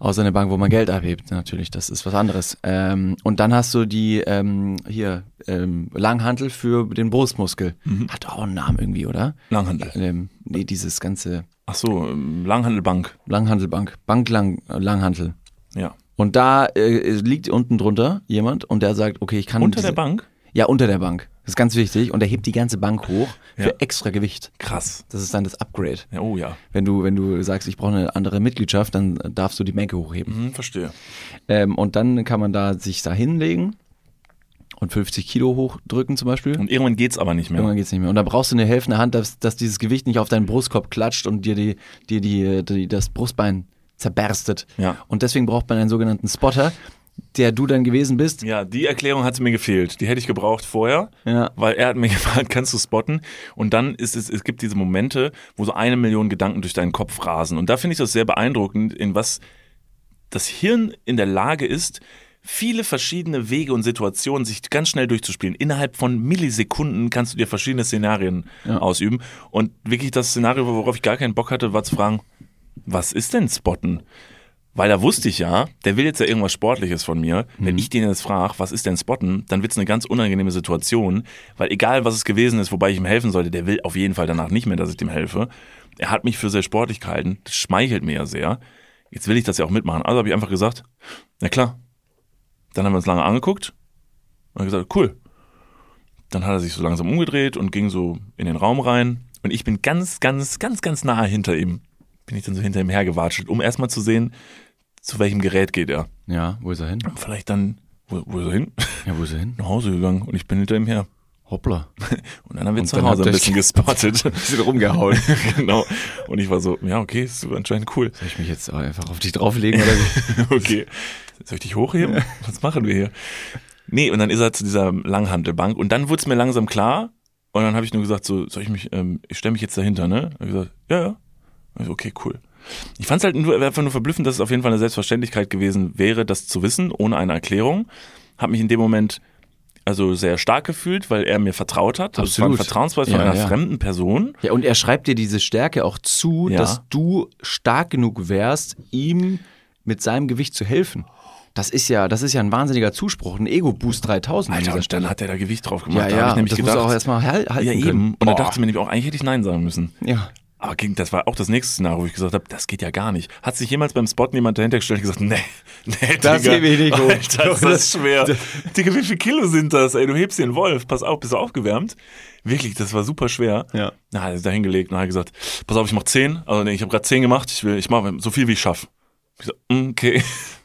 [SPEAKER 2] Außer eine Bank, wo man Geld abhebt, natürlich, das ist was anderes. Ähm, und dann hast du die, ähm, hier, ähm, Langhantel für den Brustmuskel. Hat auch einen Namen irgendwie, oder?
[SPEAKER 1] Langhandel.
[SPEAKER 2] Ähm, nee, dieses ganze
[SPEAKER 1] Ach so, ähm, Langhandelbank.
[SPEAKER 2] Langhantelbank, Banklang, Langhantel.
[SPEAKER 1] Ja.
[SPEAKER 2] Und da äh, liegt unten drunter jemand und der sagt, okay, ich kann.
[SPEAKER 1] Unter
[SPEAKER 2] diese-
[SPEAKER 1] der Bank?
[SPEAKER 2] Ja, unter der Bank. Das ist ganz wichtig. Und er hebt die ganze Bank hoch für
[SPEAKER 1] Ja.
[SPEAKER 2] extra Gewicht.
[SPEAKER 1] Krass.
[SPEAKER 2] Das ist dann das Upgrade.
[SPEAKER 1] Ja, oh ja.
[SPEAKER 2] Wenn du, wenn du sagst, ich brauche eine andere Mitgliedschaft, dann darfst du die Bänke hochheben.
[SPEAKER 1] Hm, verstehe.
[SPEAKER 2] Ähm, und dann kann man da sich da hinlegen und 50 Kilo hochdrücken zum Beispiel.
[SPEAKER 1] Und irgendwann geht's aber nicht mehr.
[SPEAKER 2] Irgendwann geht's nicht mehr. Und da brauchst du eine helfende Hand, dass, dass dieses Gewicht nicht auf deinen Brustkorb klatscht und dir die, dir die, die, das Brustbein zerberstet.
[SPEAKER 1] Ja.
[SPEAKER 2] Und deswegen braucht man einen sogenannten Spotter, der du dann gewesen bist.
[SPEAKER 1] Ja, die Erklärung hat mir gefehlt. Die hätte ich gebraucht vorher,
[SPEAKER 2] Ja.
[SPEAKER 1] weil er hat mir gefragt, kannst du spotten? Und dann ist es, es gibt diese Momente, wo so eine Million Gedanken durch deinen Kopf rasen. Und da finde ich das sehr beeindruckend, in was das Hirn in der Lage ist, viele verschiedene Wege und Situationen sich ganz schnell durchzuspielen. Innerhalb von Millisekunden kannst du dir verschiedene Szenarien ausüben. Und wirklich das Szenario, worauf ich gar keinen Bock hatte, war zu fragen, was ist denn Spotten? Weil da wusste ich ja, der will jetzt ja irgendwas Sportliches von mir. Wenn ich den jetzt frage, was ist denn Spotten, dann wird es eine ganz unangenehme Situation, weil egal was es gewesen ist, wobei ich ihm helfen sollte, der will auf jeden Fall danach nicht mehr, dass ich dem helfe. Er hat mich für sehr sportlich gehalten, das schmeichelt mir ja sehr. Jetzt will ich das ja auch mitmachen. Also habe ich einfach gesagt, na klar. Dann haben wir uns lange angeguckt und haben gesagt, cool. Dann hat er sich so langsam umgedreht und ging so in den Raum rein. Und ich bin ganz, ganz, ganz, ganz nahe hinter ihm. Bin ich dann so hinter ihm hergewatschelt, um erstmal zu sehen, zu welchem Gerät geht er?
[SPEAKER 2] Ja, wo ist er hin?
[SPEAKER 1] Vielleicht dann, wo, wo ist er hin?
[SPEAKER 2] Ja, wo ist er hin?
[SPEAKER 1] Nach Hause gegangen und ich bin hinter ihm her.
[SPEAKER 2] Hoppla.
[SPEAKER 1] Und dann haben wir
[SPEAKER 2] Und
[SPEAKER 1] zu
[SPEAKER 2] dann
[SPEAKER 1] Hause
[SPEAKER 2] habt
[SPEAKER 1] ein
[SPEAKER 2] ihr
[SPEAKER 1] bisschen gespottet.
[SPEAKER 2] Bisschen rumgehauen.
[SPEAKER 1] genau. Und ich war so, ja, okay, ist anscheinend cool.
[SPEAKER 2] Soll ich mich jetzt einfach auf dich drauflegen oder wie?
[SPEAKER 1] Okay. Soll ich dich hochheben? Was machen wir hier? Nee, und dann ist er zu dieser Langhantelbank und dann wurde es mir langsam klar und dann habe ich nur gesagt, so, soll ich mich, ähm, ich stelle mich jetzt dahinter, ne? Er hat gesagt, ja, ja. Also, okay, cool. Ich fand es halt nur, einfach nur verblüffend, dass es auf jeden Fall eine Selbstverständlichkeit gewesen wäre, das zu wissen, ohne eine Erklärung. Hab mich in dem Moment also sehr stark gefühlt, weil er mir vertraut hat. Also es war ein
[SPEAKER 2] Absolut.
[SPEAKER 1] Vertrauensbeweis von
[SPEAKER 2] Ja,
[SPEAKER 1] einer
[SPEAKER 2] ja.
[SPEAKER 1] fremden Person.
[SPEAKER 2] Ja, und er schreibt dir diese Stärke auch zu,
[SPEAKER 1] Ja.
[SPEAKER 2] dass du stark genug wärst, ihm mit seinem Gewicht zu helfen. Das ist ja, das ist ja ein wahnsinniger Zuspruch, ein Ego-Boost 3000 an
[SPEAKER 1] Alter, und
[SPEAKER 2] dieser
[SPEAKER 1] dann
[SPEAKER 2] Stelle.
[SPEAKER 1] hat er da Gewicht drauf gemacht.
[SPEAKER 2] Ja,
[SPEAKER 1] da hab ich
[SPEAKER 2] ja,
[SPEAKER 1] nämlich
[SPEAKER 2] das
[SPEAKER 1] gedacht,
[SPEAKER 2] muss auch erstmal hal- halten
[SPEAKER 1] ja, eben.
[SPEAKER 2] können.
[SPEAKER 1] Und da dachte ich mir nämlich auch, eigentlich hätte ich Nein sagen müssen.
[SPEAKER 2] Ja.
[SPEAKER 1] Aber Ah, ging, das war auch das nächste Szenario, wo ich gesagt habe, das geht ja gar nicht. Hat sich jemals beim Spot jemand dahinter gestellt und gesagt, nee, nee,
[SPEAKER 2] Das
[SPEAKER 1] Digga,
[SPEAKER 2] gebe ich nicht hoch.
[SPEAKER 1] Alter, ist das schwer. Digga, wie viel Kilo sind das? Ey, du hebst den Wolf, pass auf, bist du aufgewärmt? Wirklich, das war super schwer.
[SPEAKER 2] Ja.
[SPEAKER 1] Na, hat er sich da hingelegt und hat gesagt, pass auf, ich mach 10. Also nee, ich habe gerade 10 gemacht, ich will, ich mache so viel, wie ich schaff. Ich so, mm, okay.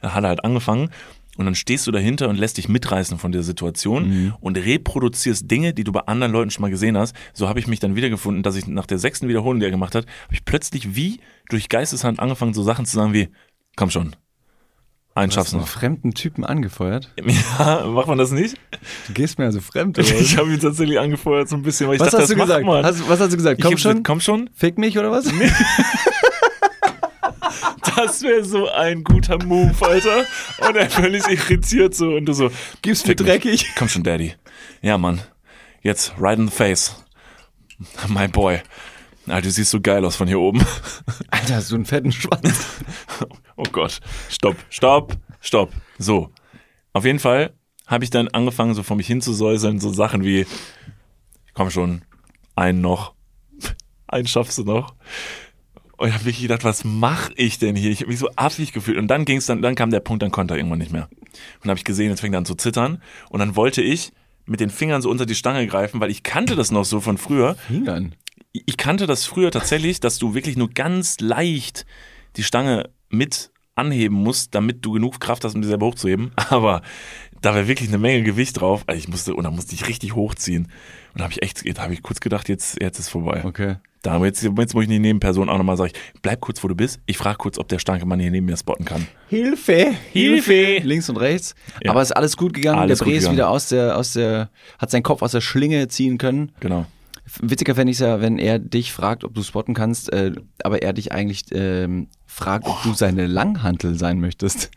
[SPEAKER 1] dann hat er halt angefangen. Und dann stehst du dahinter und lässt dich mitreißen von der Situation
[SPEAKER 2] Mhm.
[SPEAKER 1] und reproduzierst Dinge, die du bei anderen Leuten schon mal gesehen hast. So habe ich mich dann wiedergefunden, dass ich nach der sechsten Wiederholung, die er gemacht hat, habe ich plötzlich wie durch Geisteshand angefangen, so Sachen zu sagen wie, komm schon, einen schaffst
[SPEAKER 2] Hast
[SPEAKER 1] du
[SPEAKER 2] einen
[SPEAKER 1] noch.
[SPEAKER 2] fremden Typen angefeuert?
[SPEAKER 1] Ja, macht man das nicht?
[SPEAKER 2] Du gehst mir also fremd, oder? was?
[SPEAKER 1] Ich habe ihn tatsächlich angefeuert so ein bisschen, weil ich
[SPEAKER 2] was
[SPEAKER 1] dachte,
[SPEAKER 2] hast du
[SPEAKER 1] das
[SPEAKER 2] gesagt?
[SPEAKER 1] macht man.
[SPEAKER 2] Hast, was hast du gesagt?
[SPEAKER 1] Ich
[SPEAKER 2] Komm
[SPEAKER 1] hab's
[SPEAKER 2] schon?
[SPEAKER 1] gesagt, komm schon.
[SPEAKER 2] Fick mich oder was?
[SPEAKER 1] Das wäre so ein guter Move, Alter. Und er völlig irritiert so und du so,
[SPEAKER 2] Gib's mir
[SPEAKER 1] Fick mich.
[SPEAKER 2] dreckig.
[SPEAKER 1] Komm schon, Daddy. Ja, Mann. Jetzt, right in the face. My boy. Alter, du siehst so geil aus von hier oben.
[SPEAKER 2] Alter, hast du einen fetten Schwanz.
[SPEAKER 1] Oh Gott. Stopp, stopp, stopp. So. Auf jeden Fall habe ich dann angefangen, so vor mich hinzusäuseln, so Sachen wie, komm schon, einen noch, einen schaffst du noch. Und ich habe wirklich gedacht, was mache ich denn hier? Ich habe mich so abwegig gefühlt. Und dann ging's dann, dann kam der Punkt, dann konnte er irgendwann nicht mehr. Und habe ich gesehen, jetzt fängt er an zu zittern. Und dann wollte ich mit den Fingern so unter die Stange greifen, weil ich kannte das noch so von früher
[SPEAKER 2] Hingern.
[SPEAKER 1] ich kannte das früher tatsächlich, dass du wirklich nur ganz leicht die Stange mit anheben musst, damit du genug Kraft hast, um die selber hochzuheben. Aber da war wirklich eine Menge Gewicht drauf. Also ich musste, und da musste ich richtig hochziehen. Und da habe ich echt, da habe ich kurz gedacht, jetzt, jetzt ist vorbei.
[SPEAKER 2] Okay.
[SPEAKER 1] Da, aber jetzt, jetzt muss ich die Nebenperson auch nochmal sagen, bleib kurz, wo du bist. Ich frage kurz, ob der starke Mann hier neben mir spotten kann.
[SPEAKER 2] Hilfe!
[SPEAKER 1] Hilfe!
[SPEAKER 2] Links und rechts.
[SPEAKER 1] Ja.
[SPEAKER 2] Aber ist alles gut gegangen.
[SPEAKER 1] Alles
[SPEAKER 2] der
[SPEAKER 1] gut
[SPEAKER 2] Bree ist
[SPEAKER 1] gegangen.
[SPEAKER 2] wieder aus der, aus der, hat seinen Kopf aus der Schlinge ziehen können.
[SPEAKER 1] Genau.
[SPEAKER 2] F- Witziger fände ich es ja, wenn er dich fragt, ob du spotten kannst, äh, aber er dich eigentlich ähm, fragt,
[SPEAKER 1] Oh.
[SPEAKER 2] ob du seine Langhantel sein möchtest.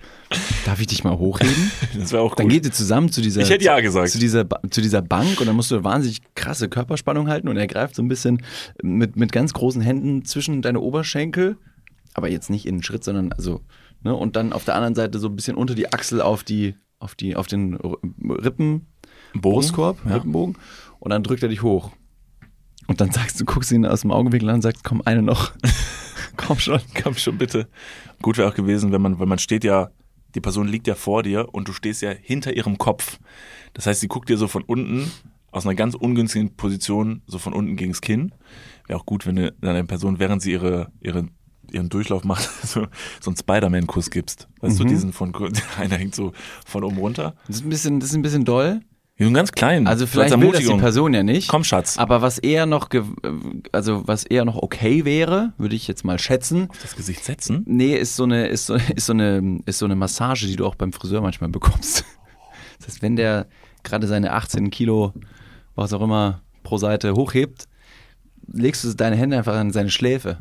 [SPEAKER 2] Darf ich dich mal hochheben?
[SPEAKER 1] Das wäre auch
[SPEAKER 2] Dann
[SPEAKER 1] gut.
[SPEAKER 2] geht ihr zusammen zu dieser,
[SPEAKER 1] Ich hätte ja gesagt.
[SPEAKER 2] Zu, dieser, Ba- zu dieser Bank und dann musst du wahnsinnig krasse Körperspannung halten und er greift so ein bisschen mit, mit ganz großen Händen zwischen deine Oberschenkel, aber jetzt nicht in den Schritt, sondern also, ne, und dann auf der anderen Seite so ein bisschen unter die Achsel auf die, auf die, auf den R- Rippen,
[SPEAKER 1] Bogen,
[SPEAKER 2] Brustkorb,
[SPEAKER 1] ja.
[SPEAKER 2] Rippenbogen und dann drückt er dich hoch. Und dann sagst du, guckst ihn aus dem Augenwinkel an und sagst, komm, eine noch. komm schon.
[SPEAKER 1] Komm schon bitte. Gut wäre auch gewesen, wenn man, wenn man steht ja, die Person liegt ja vor dir und du stehst ja hinter ihrem Kopf. Das heißt, sie guckt dir so von unten aus einer ganz ungünstigen Position, so von unten gegens Kinn. Wäre auch gut, wenn du dann einer Person, während sie ihre, ihre, ihren Durchlauf macht, so, so einen Spider-Man-Kuss gibst. Weißt
[SPEAKER 2] Mhm.
[SPEAKER 1] du, diesen von, einer hängt so von oben runter.
[SPEAKER 2] Das ist ein bisschen, das ist ein bisschen doll.
[SPEAKER 1] So einen ganz kleinen.
[SPEAKER 2] Also
[SPEAKER 1] so als
[SPEAKER 2] vielleicht will das die
[SPEAKER 1] Ermutigung.
[SPEAKER 2] Person ja nicht.
[SPEAKER 1] Komm, Schatz.
[SPEAKER 2] Aber was eher noch, ge- also was eher noch okay wäre, würde ich jetzt mal schätzen.
[SPEAKER 1] Das Gesicht setzen.
[SPEAKER 2] Nee, ist so eine, ist so, ist so eine, ist so eine Massage, die du auch beim Friseur manchmal bekommst. Das heißt, wenn der gerade seine 18 Kilo, was auch immer, pro Seite hochhebt, legst du deine Hände einfach an seine Schläfe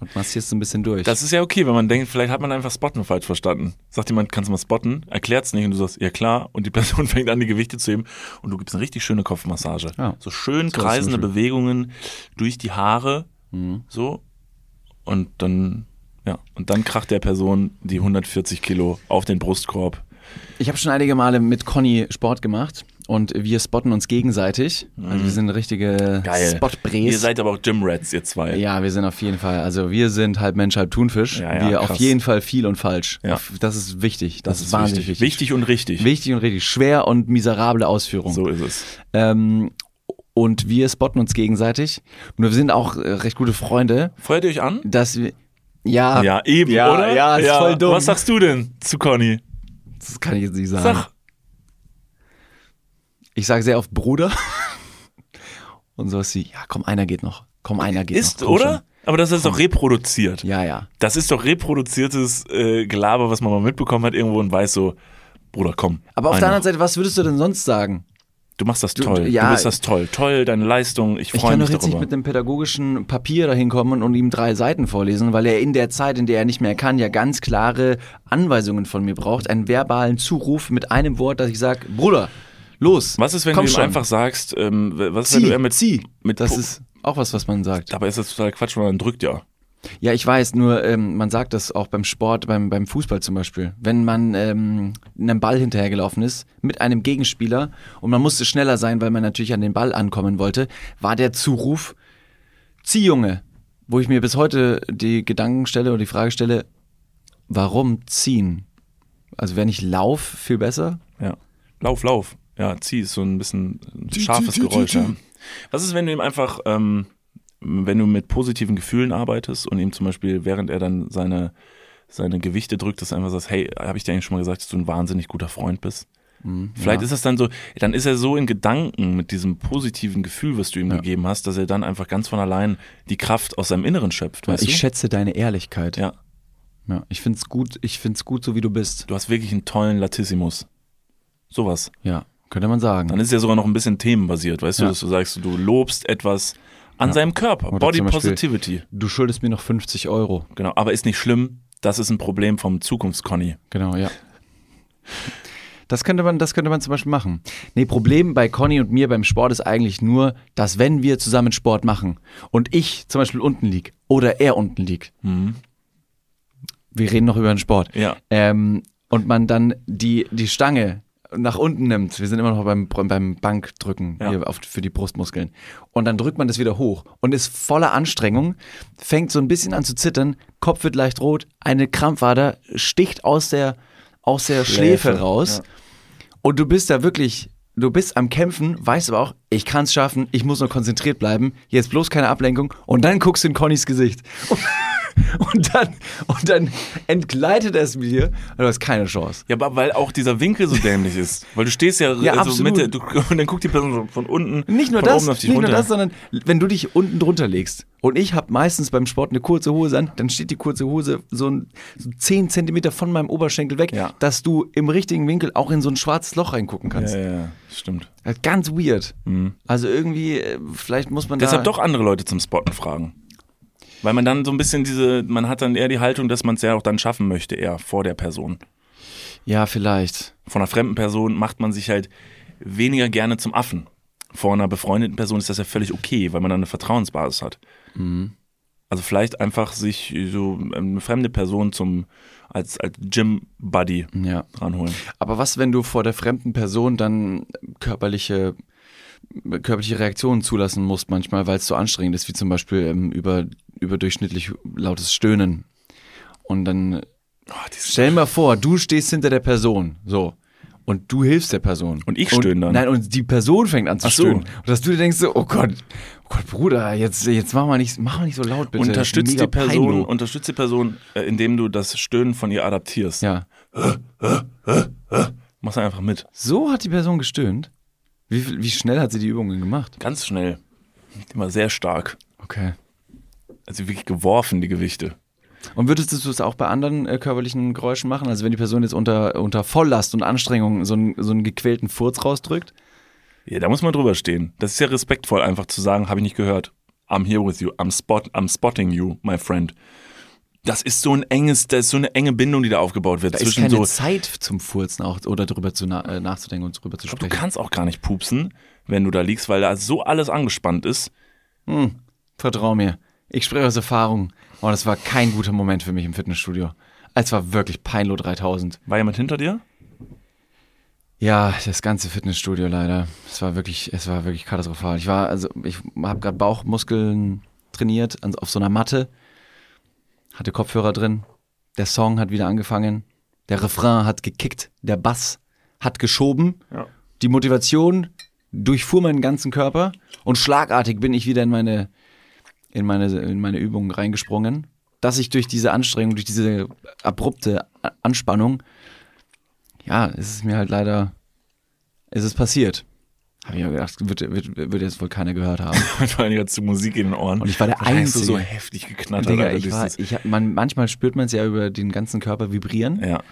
[SPEAKER 2] und massierst so ein bisschen durch.
[SPEAKER 1] Das ist ja okay, wenn man denkt, vielleicht hat man einfach Spotten falsch verstanden. Sagt jemand, kannst du mal spotten? Erklärt's nicht und du sagst, ja klar. Und die Person fängt an, die Gewichte zu heben und du gibst eine richtig schöne Kopfmassage.
[SPEAKER 2] Ja.
[SPEAKER 1] So schön
[SPEAKER 2] ist
[SPEAKER 1] kreisende
[SPEAKER 2] schön.
[SPEAKER 1] Bewegungen durch die Haare.
[SPEAKER 2] Mhm.
[SPEAKER 1] So. Und dann, ja. Und dann kracht der Person die 140 Kilo auf den Brustkorb.
[SPEAKER 2] Ich habe schon einige Male mit Conny Sport gemacht und wir spotten uns gegenseitig. Also wir sind richtige Spotbres.
[SPEAKER 1] Ihr seid aber auch Gym Rats, ihr zwei.
[SPEAKER 2] Ja, wir sind auf jeden Fall. Also wir sind halb Mensch, halb Thunfisch.
[SPEAKER 1] Ja, ja,
[SPEAKER 2] wir auf
[SPEAKER 1] krass.
[SPEAKER 2] jeden Fall viel und falsch.
[SPEAKER 1] Ja.
[SPEAKER 2] Auf- Das ist wichtig. Das, ist wahnsinnig
[SPEAKER 1] wichtig.
[SPEAKER 2] wichtig.
[SPEAKER 1] Wichtig und richtig.
[SPEAKER 2] Wichtig und richtig. Schwer und miserable Ausführung.
[SPEAKER 1] So ist es.
[SPEAKER 2] Ähm, und wir spotten uns gegenseitig. Nur wir sind auch äh, recht gute Freunde,
[SPEAKER 1] Feuert ihr euch an?
[SPEAKER 2] dass wir. Ja,
[SPEAKER 1] Ja, eben,
[SPEAKER 2] ja,
[SPEAKER 1] oder?
[SPEAKER 2] Ja, ist voll dumm. Ah.
[SPEAKER 1] Was sagst du denn zu Conny?
[SPEAKER 2] das kann ich jetzt nicht sagen.
[SPEAKER 1] Sag.
[SPEAKER 2] Ich sage sehr oft Bruder. und sowas wie, ja, komm, einer geht noch. Komm, einer geht
[SPEAKER 1] Ist,
[SPEAKER 2] noch. Komm
[SPEAKER 1] oder? Aber das ist doch reproduziert.
[SPEAKER 2] Schon. Ja, ja.
[SPEAKER 1] Das ist doch reproduziertes äh, Gelaber, was man mal mitbekommen hat irgendwo und weiß so, Bruder, komm.
[SPEAKER 2] Aber auf
[SPEAKER 1] einer.
[SPEAKER 2] der anderen Seite, was würdest du denn sonst sagen?
[SPEAKER 1] Du machst das toll. Du,
[SPEAKER 2] ja.
[SPEAKER 1] bist das toll. Toll, deine Leistung. Ich
[SPEAKER 2] Ich
[SPEAKER 1] freue
[SPEAKER 2] kann
[SPEAKER 1] mich
[SPEAKER 2] doch jetzt nicht
[SPEAKER 1] darüber.
[SPEAKER 2] mit einem pädagogischen Papier dahin kommen und ihm drei Seiten vorlesen, weil er in der Zeit, in der er nicht mehr kann, ja ganz klare Anweisungen von mir braucht. Einen verbalen Zuruf mit einem Wort, dass ich sage, Bruder, los.
[SPEAKER 1] was ist, wenn
[SPEAKER 2] komm
[SPEAKER 1] du ihm
[SPEAKER 2] schon.
[SPEAKER 1] einfach sagst, ähm, was ist, wenn
[SPEAKER 2] zieh,
[SPEAKER 1] du eher mit
[SPEAKER 2] zieh.
[SPEAKER 1] mit
[SPEAKER 2] das
[SPEAKER 1] Pu-
[SPEAKER 2] ist auch was, was man sagt.
[SPEAKER 1] Dabei ist das total Quatsch, weil man drückt ja.
[SPEAKER 2] Ja, ich weiß, nur ähm, man sagt das auch beim Sport, beim, beim Fußball zum Beispiel. Wenn man ähm, einem Ball hinterhergelaufen ist mit einem Gegenspieler und man musste schneller sein, weil man natürlich an den Ball ankommen wollte, war der Zuruf Zieh Junge, wo ich mir bis heute die Gedanken stelle oder die Frage stelle, warum ziehen? Also wenn ich lauf, viel besser.
[SPEAKER 1] Ja. Lauf, lauf. Ja, zieh ist so ein bisschen ein scharfes Geräusch. Ja. Was ist, wenn du ihm einfach, ähm, wenn du mit positiven Gefühlen arbeitest und ihm zum Beispiel, während er dann seine, seine Gewichte drückt, dass du einfach sagst, hey, habe ich dir eigentlich schon mal gesagt, dass du ein wahnsinnig guter Freund bist? Vielleicht ist das dann so, dann ist er so in Gedanken mit diesem positiven Gefühl, was du ihm gegeben hast, dass er dann einfach ganz von allein die Kraft aus seinem Inneren schöpft. Weißt
[SPEAKER 2] ich
[SPEAKER 1] du?
[SPEAKER 2] schätze deine Ehrlichkeit.
[SPEAKER 1] Ja.
[SPEAKER 2] ja ich find's gut, ich find's gut, so wie du bist.
[SPEAKER 1] Du hast wirklich einen tollen Latissimus. Sowas.
[SPEAKER 2] Ja, könnte man sagen.
[SPEAKER 1] Dann ist es ja sogar noch ein bisschen themenbasiert, weißt du,
[SPEAKER 2] Ja.
[SPEAKER 1] dass du sagst, du lobst etwas an seinem Körper.
[SPEAKER 2] Oder
[SPEAKER 1] Body
[SPEAKER 2] zum Beispiel-
[SPEAKER 1] Positivity.
[SPEAKER 2] Du schuldest mir noch 50 Euro.
[SPEAKER 1] Genau, aber ist nicht schlimm. Das ist ein Problem vom Zukunftsconny.
[SPEAKER 2] Genau, ja. Das könnte, man, das könnte man zum Beispiel machen. Nee, Problem bei Conny und mir beim Sport ist eigentlich nur, dass wenn wir zusammen Sport machen und ich zum Beispiel unten lieg oder er unten liegt, wir reden noch über den Sport,
[SPEAKER 1] Mhm. Ja.
[SPEAKER 2] ähm, und man dann die, die Stange nach unten nimmt, wir sind immer noch beim, beim Bankdrücken
[SPEAKER 1] Ja.
[SPEAKER 2] hier auf, für die Brustmuskeln, und dann drückt man das wieder hoch und ist voller Anstrengung, fängt so ein bisschen an zu zittern, Kopf wird leicht rot, eine Krampfader sticht aus der, aus der Schläfe,
[SPEAKER 1] Schläfe,
[SPEAKER 2] raus und du bist da wirklich, du bist am Kämpfen, weißt aber auch, ich kann es schaffen, ich muss nur konzentriert bleiben, jetzt bloß keine Ablenkung und dann guckst du in Connys Gesicht. Und dann, und dann entgleitet es mir und du hast keine Chance.
[SPEAKER 1] Ja, aber weil auch dieser Winkel so dämlich ist. Weil du stehst ja,
[SPEAKER 2] Ja,
[SPEAKER 1] also
[SPEAKER 2] absolut.
[SPEAKER 1] Mitte, du, und dann guckt die Person so von unten,
[SPEAKER 2] Nicht nur
[SPEAKER 1] von
[SPEAKER 2] das,
[SPEAKER 1] oben auf dich
[SPEAKER 2] nicht
[SPEAKER 1] runter.
[SPEAKER 2] nur das, sondern wenn du dich unten drunter legst und ich habe meistens beim Sport eine kurze Hose an, dann steht die kurze Hose so, ein, so 10 Zentimeter von meinem Oberschenkel weg,
[SPEAKER 1] Ja.
[SPEAKER 2] dass du im richtigen Winkel auch in so ein schwarzes Loch reingucken kannst.
[SPEAKER 1] ja, ja, stimmt.
[SPEAKER 2] Also Ganz weird. Also irgendwie, äh, vielleicht muss man
[SPEAKER 1] Mhm. Deshalb
[SPEAKER 2] da...
[SPEAKER 1] doch andere Leute zum Spotten fragen. Weil man dann so ein bisschen diese, man hat dann eher die Haltung, dass man es ja auch dann schaffen möchte, eher vor der Person.
[SPEAKER 2] Ja, vielleicht.
[SPEAKER 1] von einer fremden Person macht man sich halt weniger gerne zum Affen. Vor einer befreundeten Person ist das ja völlig okay, weil man dann eine Vertrauensbasis hat.
[SPEAKER 2] Mhm.
[SPEAKER 1] Also vielleicht einfach sich so eine fremde Person zum als, als Gym-Buddy
[SPEAKER 2] Ja.
[SPEAKER 1] ranholen.
[SPEAKER 2] Aber was, wenn du vor der fremden Person dann körperliche, körperliche Reaktionen zulassen musst manchmal, weil es so anstrengend ist, wie zum Beispiel ähm, über, überdurchschnittlich lautes Stöhnen. Und dann
[SPEAKER 1] Oh, dieses
[SPEAKER 2] stell mal vor, du stehst hinter der Person, so. Und du hilfst der Person.
[SPEAKER 1] Und ich stöhne dann.
[SPEAKER 2] Nein, und die Person fängt an zu
[SPEAKER 1] Ach so.
[SPEAKER 2] stöhnen. Und dass du dir denkst so, oh Gott, oh Gott, Bruder, jetzt, jetzt mach mal nicht, mach mal nicht so laut, bitte.
[SPEAKER 1] Unterstützt
[SPEAKER 2] Mega
[SPEAKER 1] die, Person,
[SPEAKER 2] peinlich.
[SPEAKER 1] unterstützt die Person, äh, indem du das Stöhnen von ihr adaptierst.
[SPEAKER 2] Ja.
[SPEAKER 1] Mach's einfach mit.
[SPEAKER 2] So hat die Person gestöhnt. Wie, viel- wie schnell hat sie die Übungen gemacht?
[SPEAKER 1] Ganz schnell. Immer sehr stark.
[SPEAKER 2] Okay.
[SPEAKER 1] Also wirklich geworfen, die Gewichte.
[SPEAKER 2] Und würdest du es auch bei anderen äh, körperlichen Geräuschen machen? Also wenn die Person jetzt unter, unter Volllast und Anstrengung so einen, so einen gequälten Furz rausdrückt?
[SPEAKER 1] Ja, da muss man drüber stehen. Das ist ja respektvoll, einfach zu sagen, habe ich nicht gehört. I'm here with you. I'm spot, I'm spotting you, my friend. Das ist so ein enges, das ist so eine enge Bindung, die da aufgebaut wird
[SPEAKER 2] Da ist
[SPEAKER 1] zwischen
[SPEAKER 2] keine
[SPEAKER 1] so.
[SPEAKER 2] Zeit zum Furzen auch, oder darüber zu na, äh, nachzudenken und darüber zu
[SPEAKER 1] Du
[SPEAKER 2] sprechen.
[SPEAKER 1] kannst auch gar nicht pupsen, wenn du da liegst, weil da so alles angespannt ist.
[SPEAKER 2] Vertrau mir. Ich spreche aus Erfahrung. Und es war kein guter Moment für mich im Fitnessstudio. Es war wirklich Peinlo 3000.
[SPEAKER 1] War jemand hinter dir?
[SPEAKER 2] Ja, das ganze Fitnessstudio leider. Es war wirklich, es war wirklich katastrophal. Ich war, also ich habe gerade Bauchmuskeln trainiert an, auf so einer Matte, hatte Kopfhörer drin. Der Song hat wieder angefangen. Der Refrain hat gekickt. Der Bass hat geschoben. Die Motivation durchfuhr meinen ganzen Körper und schlagartig bin ich wieder in meine in meine in meine Übungen reingesprungen, dass ich durch diese Anstrengung, durch diese abrupte A- Anspannung ja, es ist mir halt leider, es ist passiert. Habe ich mir gedacht, wird, wird, wird jetzt wohl keiner gehört haben.
[SPEAKER 1] Vor allem zu Musik in den Ohren.
[SPEAKER 2] Und ich war der
[SPEAKER 1] Hast du
[SPEAKER 2] Einzige.
[SPEAKER 1] so heftig geknattert.
[SPEAKER 2] Digga,
[SPEAKER 1] Alter,
[SPEAKER 2] ich war,
[SPEAKER 1] dieses-
[SPEAKER 2] ich hab, man, manchmal spürt man es ja über den ganzen Körper vibrieren.
[SPEAKER 1] ja.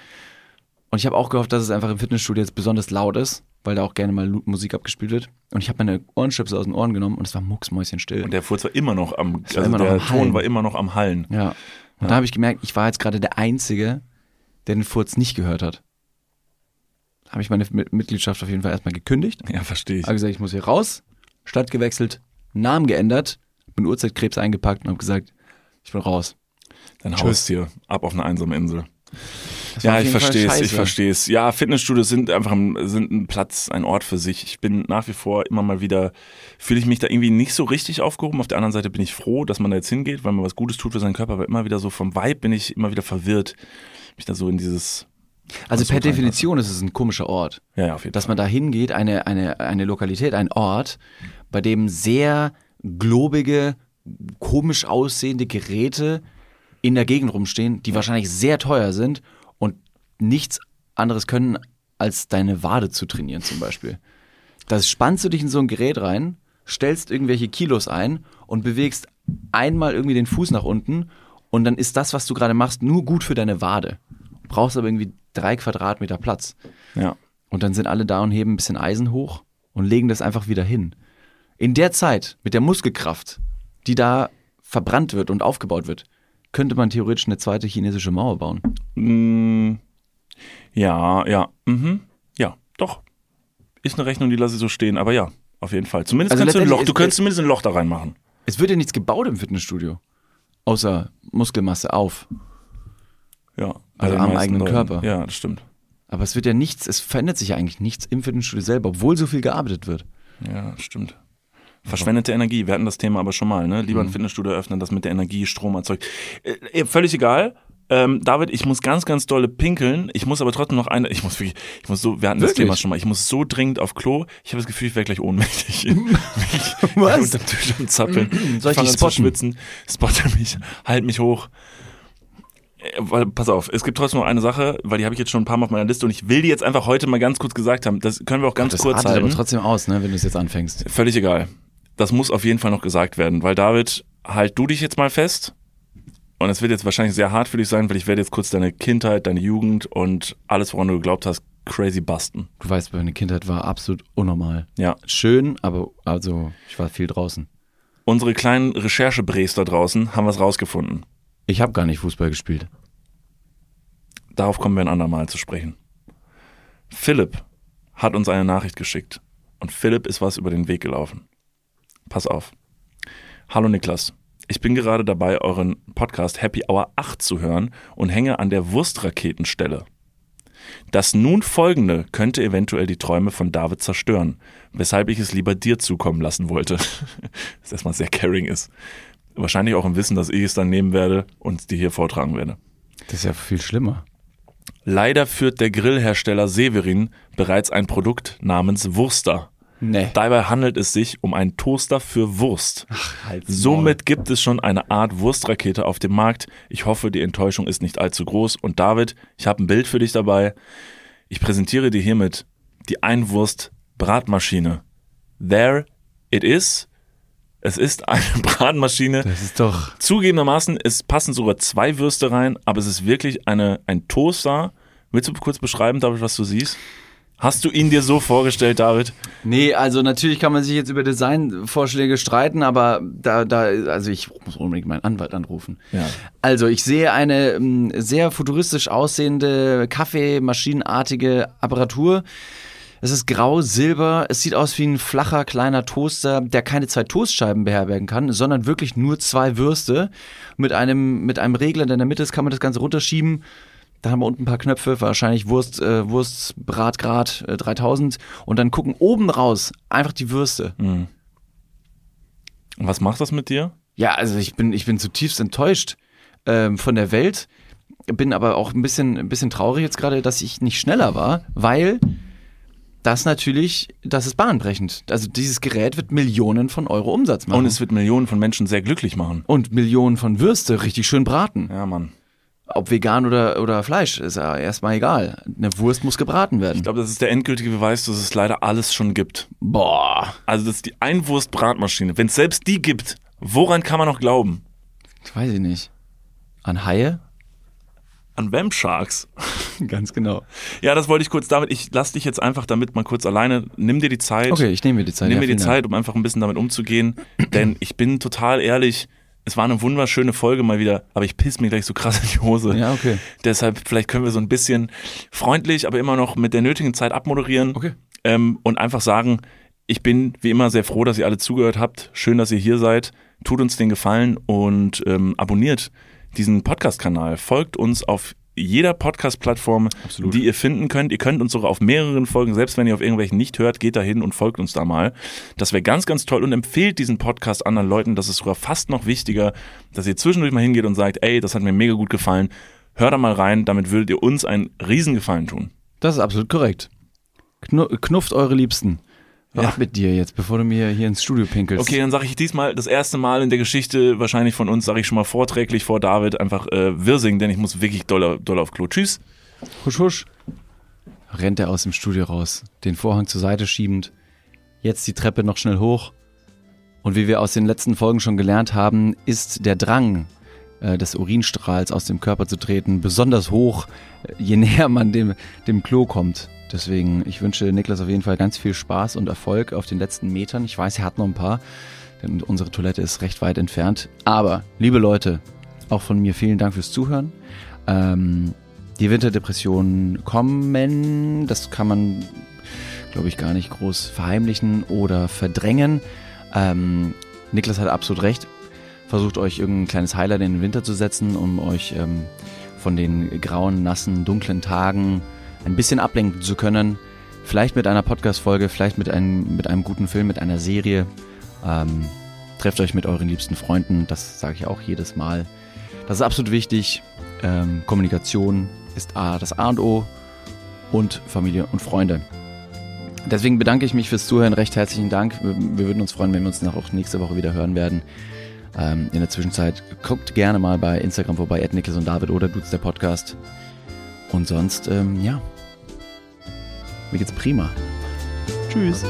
[SPEAKER 2] Und ich habe auch gehofft, dass es einfach im Fitnessstudio jetzt besonders laut ist, weil da auch gerne mal Lu- Musik abgespielt wird. Und ich habe meine Ohrenstöpsel aus den Ohren genommen und es war mucksmäuschenstill.
[SPEAKER 1] Und der Furz war immer noch am,
[SPEAKER 2] war
[SPEAKER 1] also
[SPEAKER 2] immer noch
[SPEAKER 1] der
[SPEAKER 2] am
[SPEAKER 1] Ton
[SPEAKER 2] Hallen.
[SPEAKER 1] war immer noch am Hallen.
[SPEAKER 2] ja. Und da habe ich gemerkt, ich war jetzt gerade der Einzige, der den Furz nicht gehört hat. Habe ich meine Mit- Mitgliedschaft auf jeden Fall erstmal gekündigt.
[SPEAKER 1] Ja, verstehe ich.
[SPEAKER 2] Habe gesagt, ich muss hier raus. Stadt gewechselt, Namen geändert, bin Uhrzeitkrebs eingepackt und habe gesagt, ich bin raus.
[SPEAKER 1] Dann
[SPEAKER 2] Tschüss.
[SPEAKER 1] haust hier ab auf eine einsame Insel.
[SPEAKER 2] Das
[SPEAKER 1] Ja,
[SPEAKER 2] war auf
[SPEAKER 1] ich
[SPEAKER 2] jeden Fall
[SPEAKER 1] verstehe es, ich
[SPEAKER 2] scheiße.
[SPEAKER 1] verstehe es. Ja, Fitnessstudios sind einfach ein, sind ein Platz, ein Ort für sich. Ich bin nach wie vor immer mal wieder, fühle ich mich da irgendwie nicht so richtig aufgehoben. Auf der anderen Seite bin ich froh, dass man da jetzt hingeht, weil man was Gutes tut für seinen Körper, aber immer wieder so vom Vibe bin ich immer wieder verwirrt. Mich da so in dieses,
[SPEAKER 2] Also
[SPEAKER 1] Was
[SPEAKER 2] per
[SPEAKER 1] so reinpasst.
[SPEAKER 2] Definition ist es ein komischer Ort.
[SPEAKER 1] ja, ja, auf jeden
[SPEAKER 2] Dass
[SPEAKER 1] Fall.
[SPEAKER 2] man da hingeht, eine, eine, eine Lokalität, ein Ort, bei dem sehr globige, komisch aussehende Geräte in der Gegend rumstehen, die wahrscheinlich sehr teuer sind und nichts anderes können, als deine Wade zu trainieren zum Beispiel. Das spannst du dich in so ein Gerät rein, stellst irgendwelche Kilos ein und bewegst einmal irgendwie den Fuß nach unten und dann ist das, was du gerade machst, nur gut für deine Wade. Brauchst aber irgendwie drei Quadratmeter Platz.
[SPEAKER 1] Ja.
[SPEAKER 2] Und dann sind alle da und heben ein bisschen Eisen hoch und legen das einfach wieder hin. In der Zeit, mit der Muskelkraft, die da verbrannt wird und aufgebaut wird, könnte man theoretisch eine zweite chinesische Mauer bauen.
[SPEAKER 1] Mm, ja, ja, mhm, ja, doch. Ist eine Rechnung, die lasse ich so stehen, aber ja, auf jeden Fall. Zumindest
[SPEAKER 2] Also
[SPEAKER 1] kannst du ein
[SPEAKER 2] letztendlich
[SPEAKER 1] Loch, du
[SPEAKER 2] ist-
[SPEAKER 1] könntest zumindest ein Loch da reinmachen.
[SPEAKER 2] Es wird ja nichts gebaut im Fitnessstudio. Außer Muskelmasse auf.
[SPEAKER 1] Ja. bei
[SPEAKER 2] Also
[SPEAKER 1] den
[SPEAKER 2] am
[SPEAKER 1] meisten
[SPEAKER 2] eigenen
[SPEAKER 1] Leuten.
[SPEAKER 2] Körper.
[SPEAKER 1] Ja, das stimmt.
[SPEAKER 2] Aber es wird ja nichts, es verändert sich ja eigentlich nichts im Fitnessstudio selber, obwohl so viel gearbeitet wird.
[SPEAKER 1] Ja, stimmt. Verschwendete Energie, wir hatten das Thema aber schon mal, ne?
[SPEAKER 2] Mhm.
[SPEAKER 1] Lieber ein Fitnessstudio öffnen, das mit der Energie Strom erzeugt. Äh, eh, völlig egal. Ähm, David, ich muss ganz, ganz dolle pinkeln. Ich muss aber trotzdem noch eine. Ich muss wirklich, ich muss so, wir hatten das
[SPEAKER 2] Wirklich?
[SPEAKER 1] Thema schon mal. Ich muss so dringend auf Klo. Ich habe das Gefühl, ich werde gleich ohnmächtig.
[SPEAKER 2] Was?
[SPEAKER 1] Unter dem Tisch am Zappeln.
[SPEAKER 2] Soll
[SPEAKER 1] Fang
[SPEAKER 2] ich dich
[SPEAKER 1] an zu
[SPEAKER 2] spotten?
[SPEAKER 1] schwitzen. Spotte mich, halt mich hoch. Äh, Weil, pass auf, es gibt trotzdem noch eine Sache, weil die habe ich jetzt schon ein paar Mal auf meiner Liste und ich will die jetzt einfach heute mal ganz kurz gesagt haben. Das können wir auch ganz
[SPEAKER 2] Das
[SPEAKER 1] kurz
[SPEAKER 2] artet
[SPEAKER 1] halten.
[SPEAKER 2] aber trotzdem aus, ne, wenn du es jetzt anfängst.
[SPEAKER 1] Völlig egal. Das muss auf jeden Fall noch gesagt werden, weil David, halt du dich jetzt mal fest. Und es wird jetzt wahrscheinlich sehr hart für dich sein, weil ich werde jetzt kurz deine Kindheit, deine Jugend und alles, woran du geglaubt hast, crazy busten.
[SPEAKER 2] Du weißt, meine Kindheit war absolut unnormal.
[SPEAKER 1] Ja.
[SPEAKER 2] Schön, aber also ich war viel draußen.
[SPEAKER 1] Unsere kleinen Recherchebres da draußen haben was rausgefunden.
[SPEAKER 2] Ich habe gar nicht Fußball gespielt.
[SPEAKER 1] Darauf kommen wir ein andermal zu sprechen. Philipp hat uns eine Nachricht geschickt und Philipp ist was über den Weg gelaufen. Pass auf. Hallo Niklas, ich bin gerade dabei, euren Podcast Happy Hour 8 zu hören und hänge an der Wurstraketenstelle. Das nun folgende könnte eventuell die Träume von David zerstören, weshalb ich es lieber dir zukommen lassen wollte. das erstmal sehr caring ist. Wahrscheinlich auch im Wissen, dass ich es dann nehmen werde und es dir hier vortragen werde.
[SPEAKER 2] Das ist ja viel schlimmer.
[SPEAKER 1] Leider führt der Grillhersteller Severin bereits ein Produkt namens Wurster.
[SPEAKER 2] Nee.
[SPEAKER 1] Dabei handelt es sich um einen Toaster für Wurst. Somit gibt es schon eine Art Wurstrakete auf dem Markt. Ich hoffe, die Enttäuschung ist nicht allzu groß. Und David, ich habe ein Bild für dich dabei. Ich präsentiere dir hiermit die Einwurst-Bratmaschine. There it is. Es ist eine Bratmaschine.
[SPEAKER 2] Das ist doch.
[SPEAKER 1] Zugegebenermaßen, es passen sogar zwei Würste rein, aber es ist wirklich eine, ein Toaster. Willst du kurz beschreiben, David, was du siehst? Hast du ihn dir so vorgestellt, David?
[SPEAKER 2] Nee, also natürlich kann man sich jetzt über Designvorschläge streiten, aber da, da, also ich muss unbedingt meinen Anwalt anrufen.
[SPEAKER 1] Ja.
[SPEAKER 2] Also ich sehe eine ähm, sehr futuristisch aussehende Kaffeemaschinenartige Apparatur. Es ist grau, silber, es sieht aus wie ein flacher kleiner Toaster, der keine zwei Toastscheiben beherbergen kann, sondern wirklich nur zwei Würste. Mit einem, mit einem Regler, der in der Mitte ist, kann man das Ganze runterschieben. Dann haben wir unten ein paar Knöpfe, wahrscheinlich Wurst, äh, Wurstbratgrad äh, 3000 und dann gucken oben raus einfach die Würste.
[SPEAKER 1] Und was macht das mit dir?
[SPEAKER 2] Ja, also ich bin, ich bin zutiefst enttäuscht ähm, von der Welt, bin aber auch ein bisschen, ein bisschen traurig jetzt gerade, dass ich nicht schneller war, weil das natürlich, das ist bahnbrechend. Also dieses Gerät wird Millionen von Euro Umsatz machen.
[SPEAKER 1] Und es wird Millionen von Menschen sehr glücklich machen.
[SPEAKER 2] Und Millionen von Würste richtig schön braten.
[SPEAKER 1] Ja, Mann.
[SPEAKER 2] Ob vegan oder, oder Fleisch, ist ja erstmal egal. Eine Wurst muss gebraten werden.
[SPEAKER 1] Ich glaube, das ist der endgültige Beweis, dass es leider alles schon gibt.
[SPEAKER 2] Boah.
[SPEAKER 1] Also, das ist die Einwurstbratmaschine. Wenn es selbst die gibt, woran kann man noch glauben?
[SPEAKER 2] Weiß ich nicht. An Haie?
[SPEAKER 1] An Vamp Sharks.
[SPEAKER 2] Ganz genau.
[SPEAKER 1] Ja, das wollte ich kurz damit. Ich lass dich jetzt einfach damit mal kurz alleine. Nimm dir die Zeit.
[SPEAKER 2] Okay, ich nehme mir die Zeit.
[SPEAKER 1] Nimm
[SPEAKER 2] Ja,
[SPEAKER 1] mir die
[SPEAKER 2] vielen Dank.
[SPEAKER 1] Zeit, um einfach ein bisschen damit umzugehen. Denn ich bin total ehrlich, es war eine wunderschöne Folge mal wieder, aber ich piss mir gleich so krass in die Hose.
[SPEAKER 2] Ja, okay.
[SPEAKER 1] Deshalb, vielleicht können wir so ein bisschen freundlich, aber immer noch mit der nötigen Zeit abmoderieren.
[SPEAKER 2] Okay.
[SPEAKER 1] Ähm, und einfach sagen, ich bin wie immer sehr froh, dass ihr alle zugehört habt. Schön, dass ihr hier seid. Tut uns den Gefallen und ähm, abonniert diesen Podcast-Kanal. Folgt uns auf jeder Podcast-Plattform, die ihr finden könnt. Ihr könnt uns sogar auf mehreren Folgen, selbst wenn ihr auf irgendwelchen nicht hört, geht da hin und folgt uns da mal. Das wäre ganz, ganz toll und empfehlt diesen Podcast anderen Leuten. Das ist sogar fast noch wichtiger, dass ihr zwischendurch mal hingeht und sagt, ey, das hat mir mega gut gefallen. Hör da mal rein, damit würdet ihr uns einen Riesengefallen tun.
[SPEAKER 2] Das ist absolut korrekt. Knu knufft eure Liebsten.
[SPEAKER 1] Ja.
[SPEAKER 2] Ab mit dir jetzt, bevor du mir hier ins Studio pinkelst.
[SPEAKER 1] Okay, dann sage ich diesmal das erste Mal in der Geschichte wahrscheinlich von uns, sage ich schon mal vorträglich vor David einfach äh, Wirsing, denn ich muss wirklich doll, doll auf Klo. Tschüss.
[SPEAKER 2] Husch, husch. Rennt er aus dem Studio raus, den Vorhang zur Seite schiebend. Jetzt die Treppe noch schnell hoch. Und wie wir aus den letzten Folgen schon gelernt haben, ist der Drang äh, des Urinstrahls aus dem Körper zu treten besonders hoch, äh, je näher man dem, dem Klo kommt. Deswegen, ich wünsche Niklas auf jeden Fall ganz viel Spaß und Erfolg auf den letzten Metern. Ich weiß, er hat noch ein paar, denn unsere Toilette ist recht weit entfernt. Aber, liebe Leute, auch von mir vielen Dank fürs Zuhören. Ähm, die Winterdepressionen kommen, das kann man, glaube ich, gar nicht groß verheimlichen oder verdrängen. Ähm, Niklas hat absolut recht. Versucht euch irgendein kleines Highlight in den Winter zu setzen, um euch ähm, von den grauen, nassen, dunklen Tagen ein bisschen ablenken zu können. Vielleicht mit einer Podcast-Folge, vielleicht mit einem, mit einem guten Film, mit einer Serie. Ähm, trefft euch mit euren liebsten Freunden, das sage ich auch jedes Mal. Das ist absolut wichtig. Ähm, Kommunikation ist A, das A und O und Familie und Freunde. Deswegen bedanke ich mich fürs Zuhören. Recht herzlichen Dank. Wir, wir würden uns freuen, wenn wir uns noch auch nächste Woche wieder hören werden. Ähm, in der Zwischenzeit guckt gerne mal bei Instagram vorbei, Nicholas und David oder Dudes der Podcast. Und sonst, ähm, ja, mir geht's prima. Tschüss.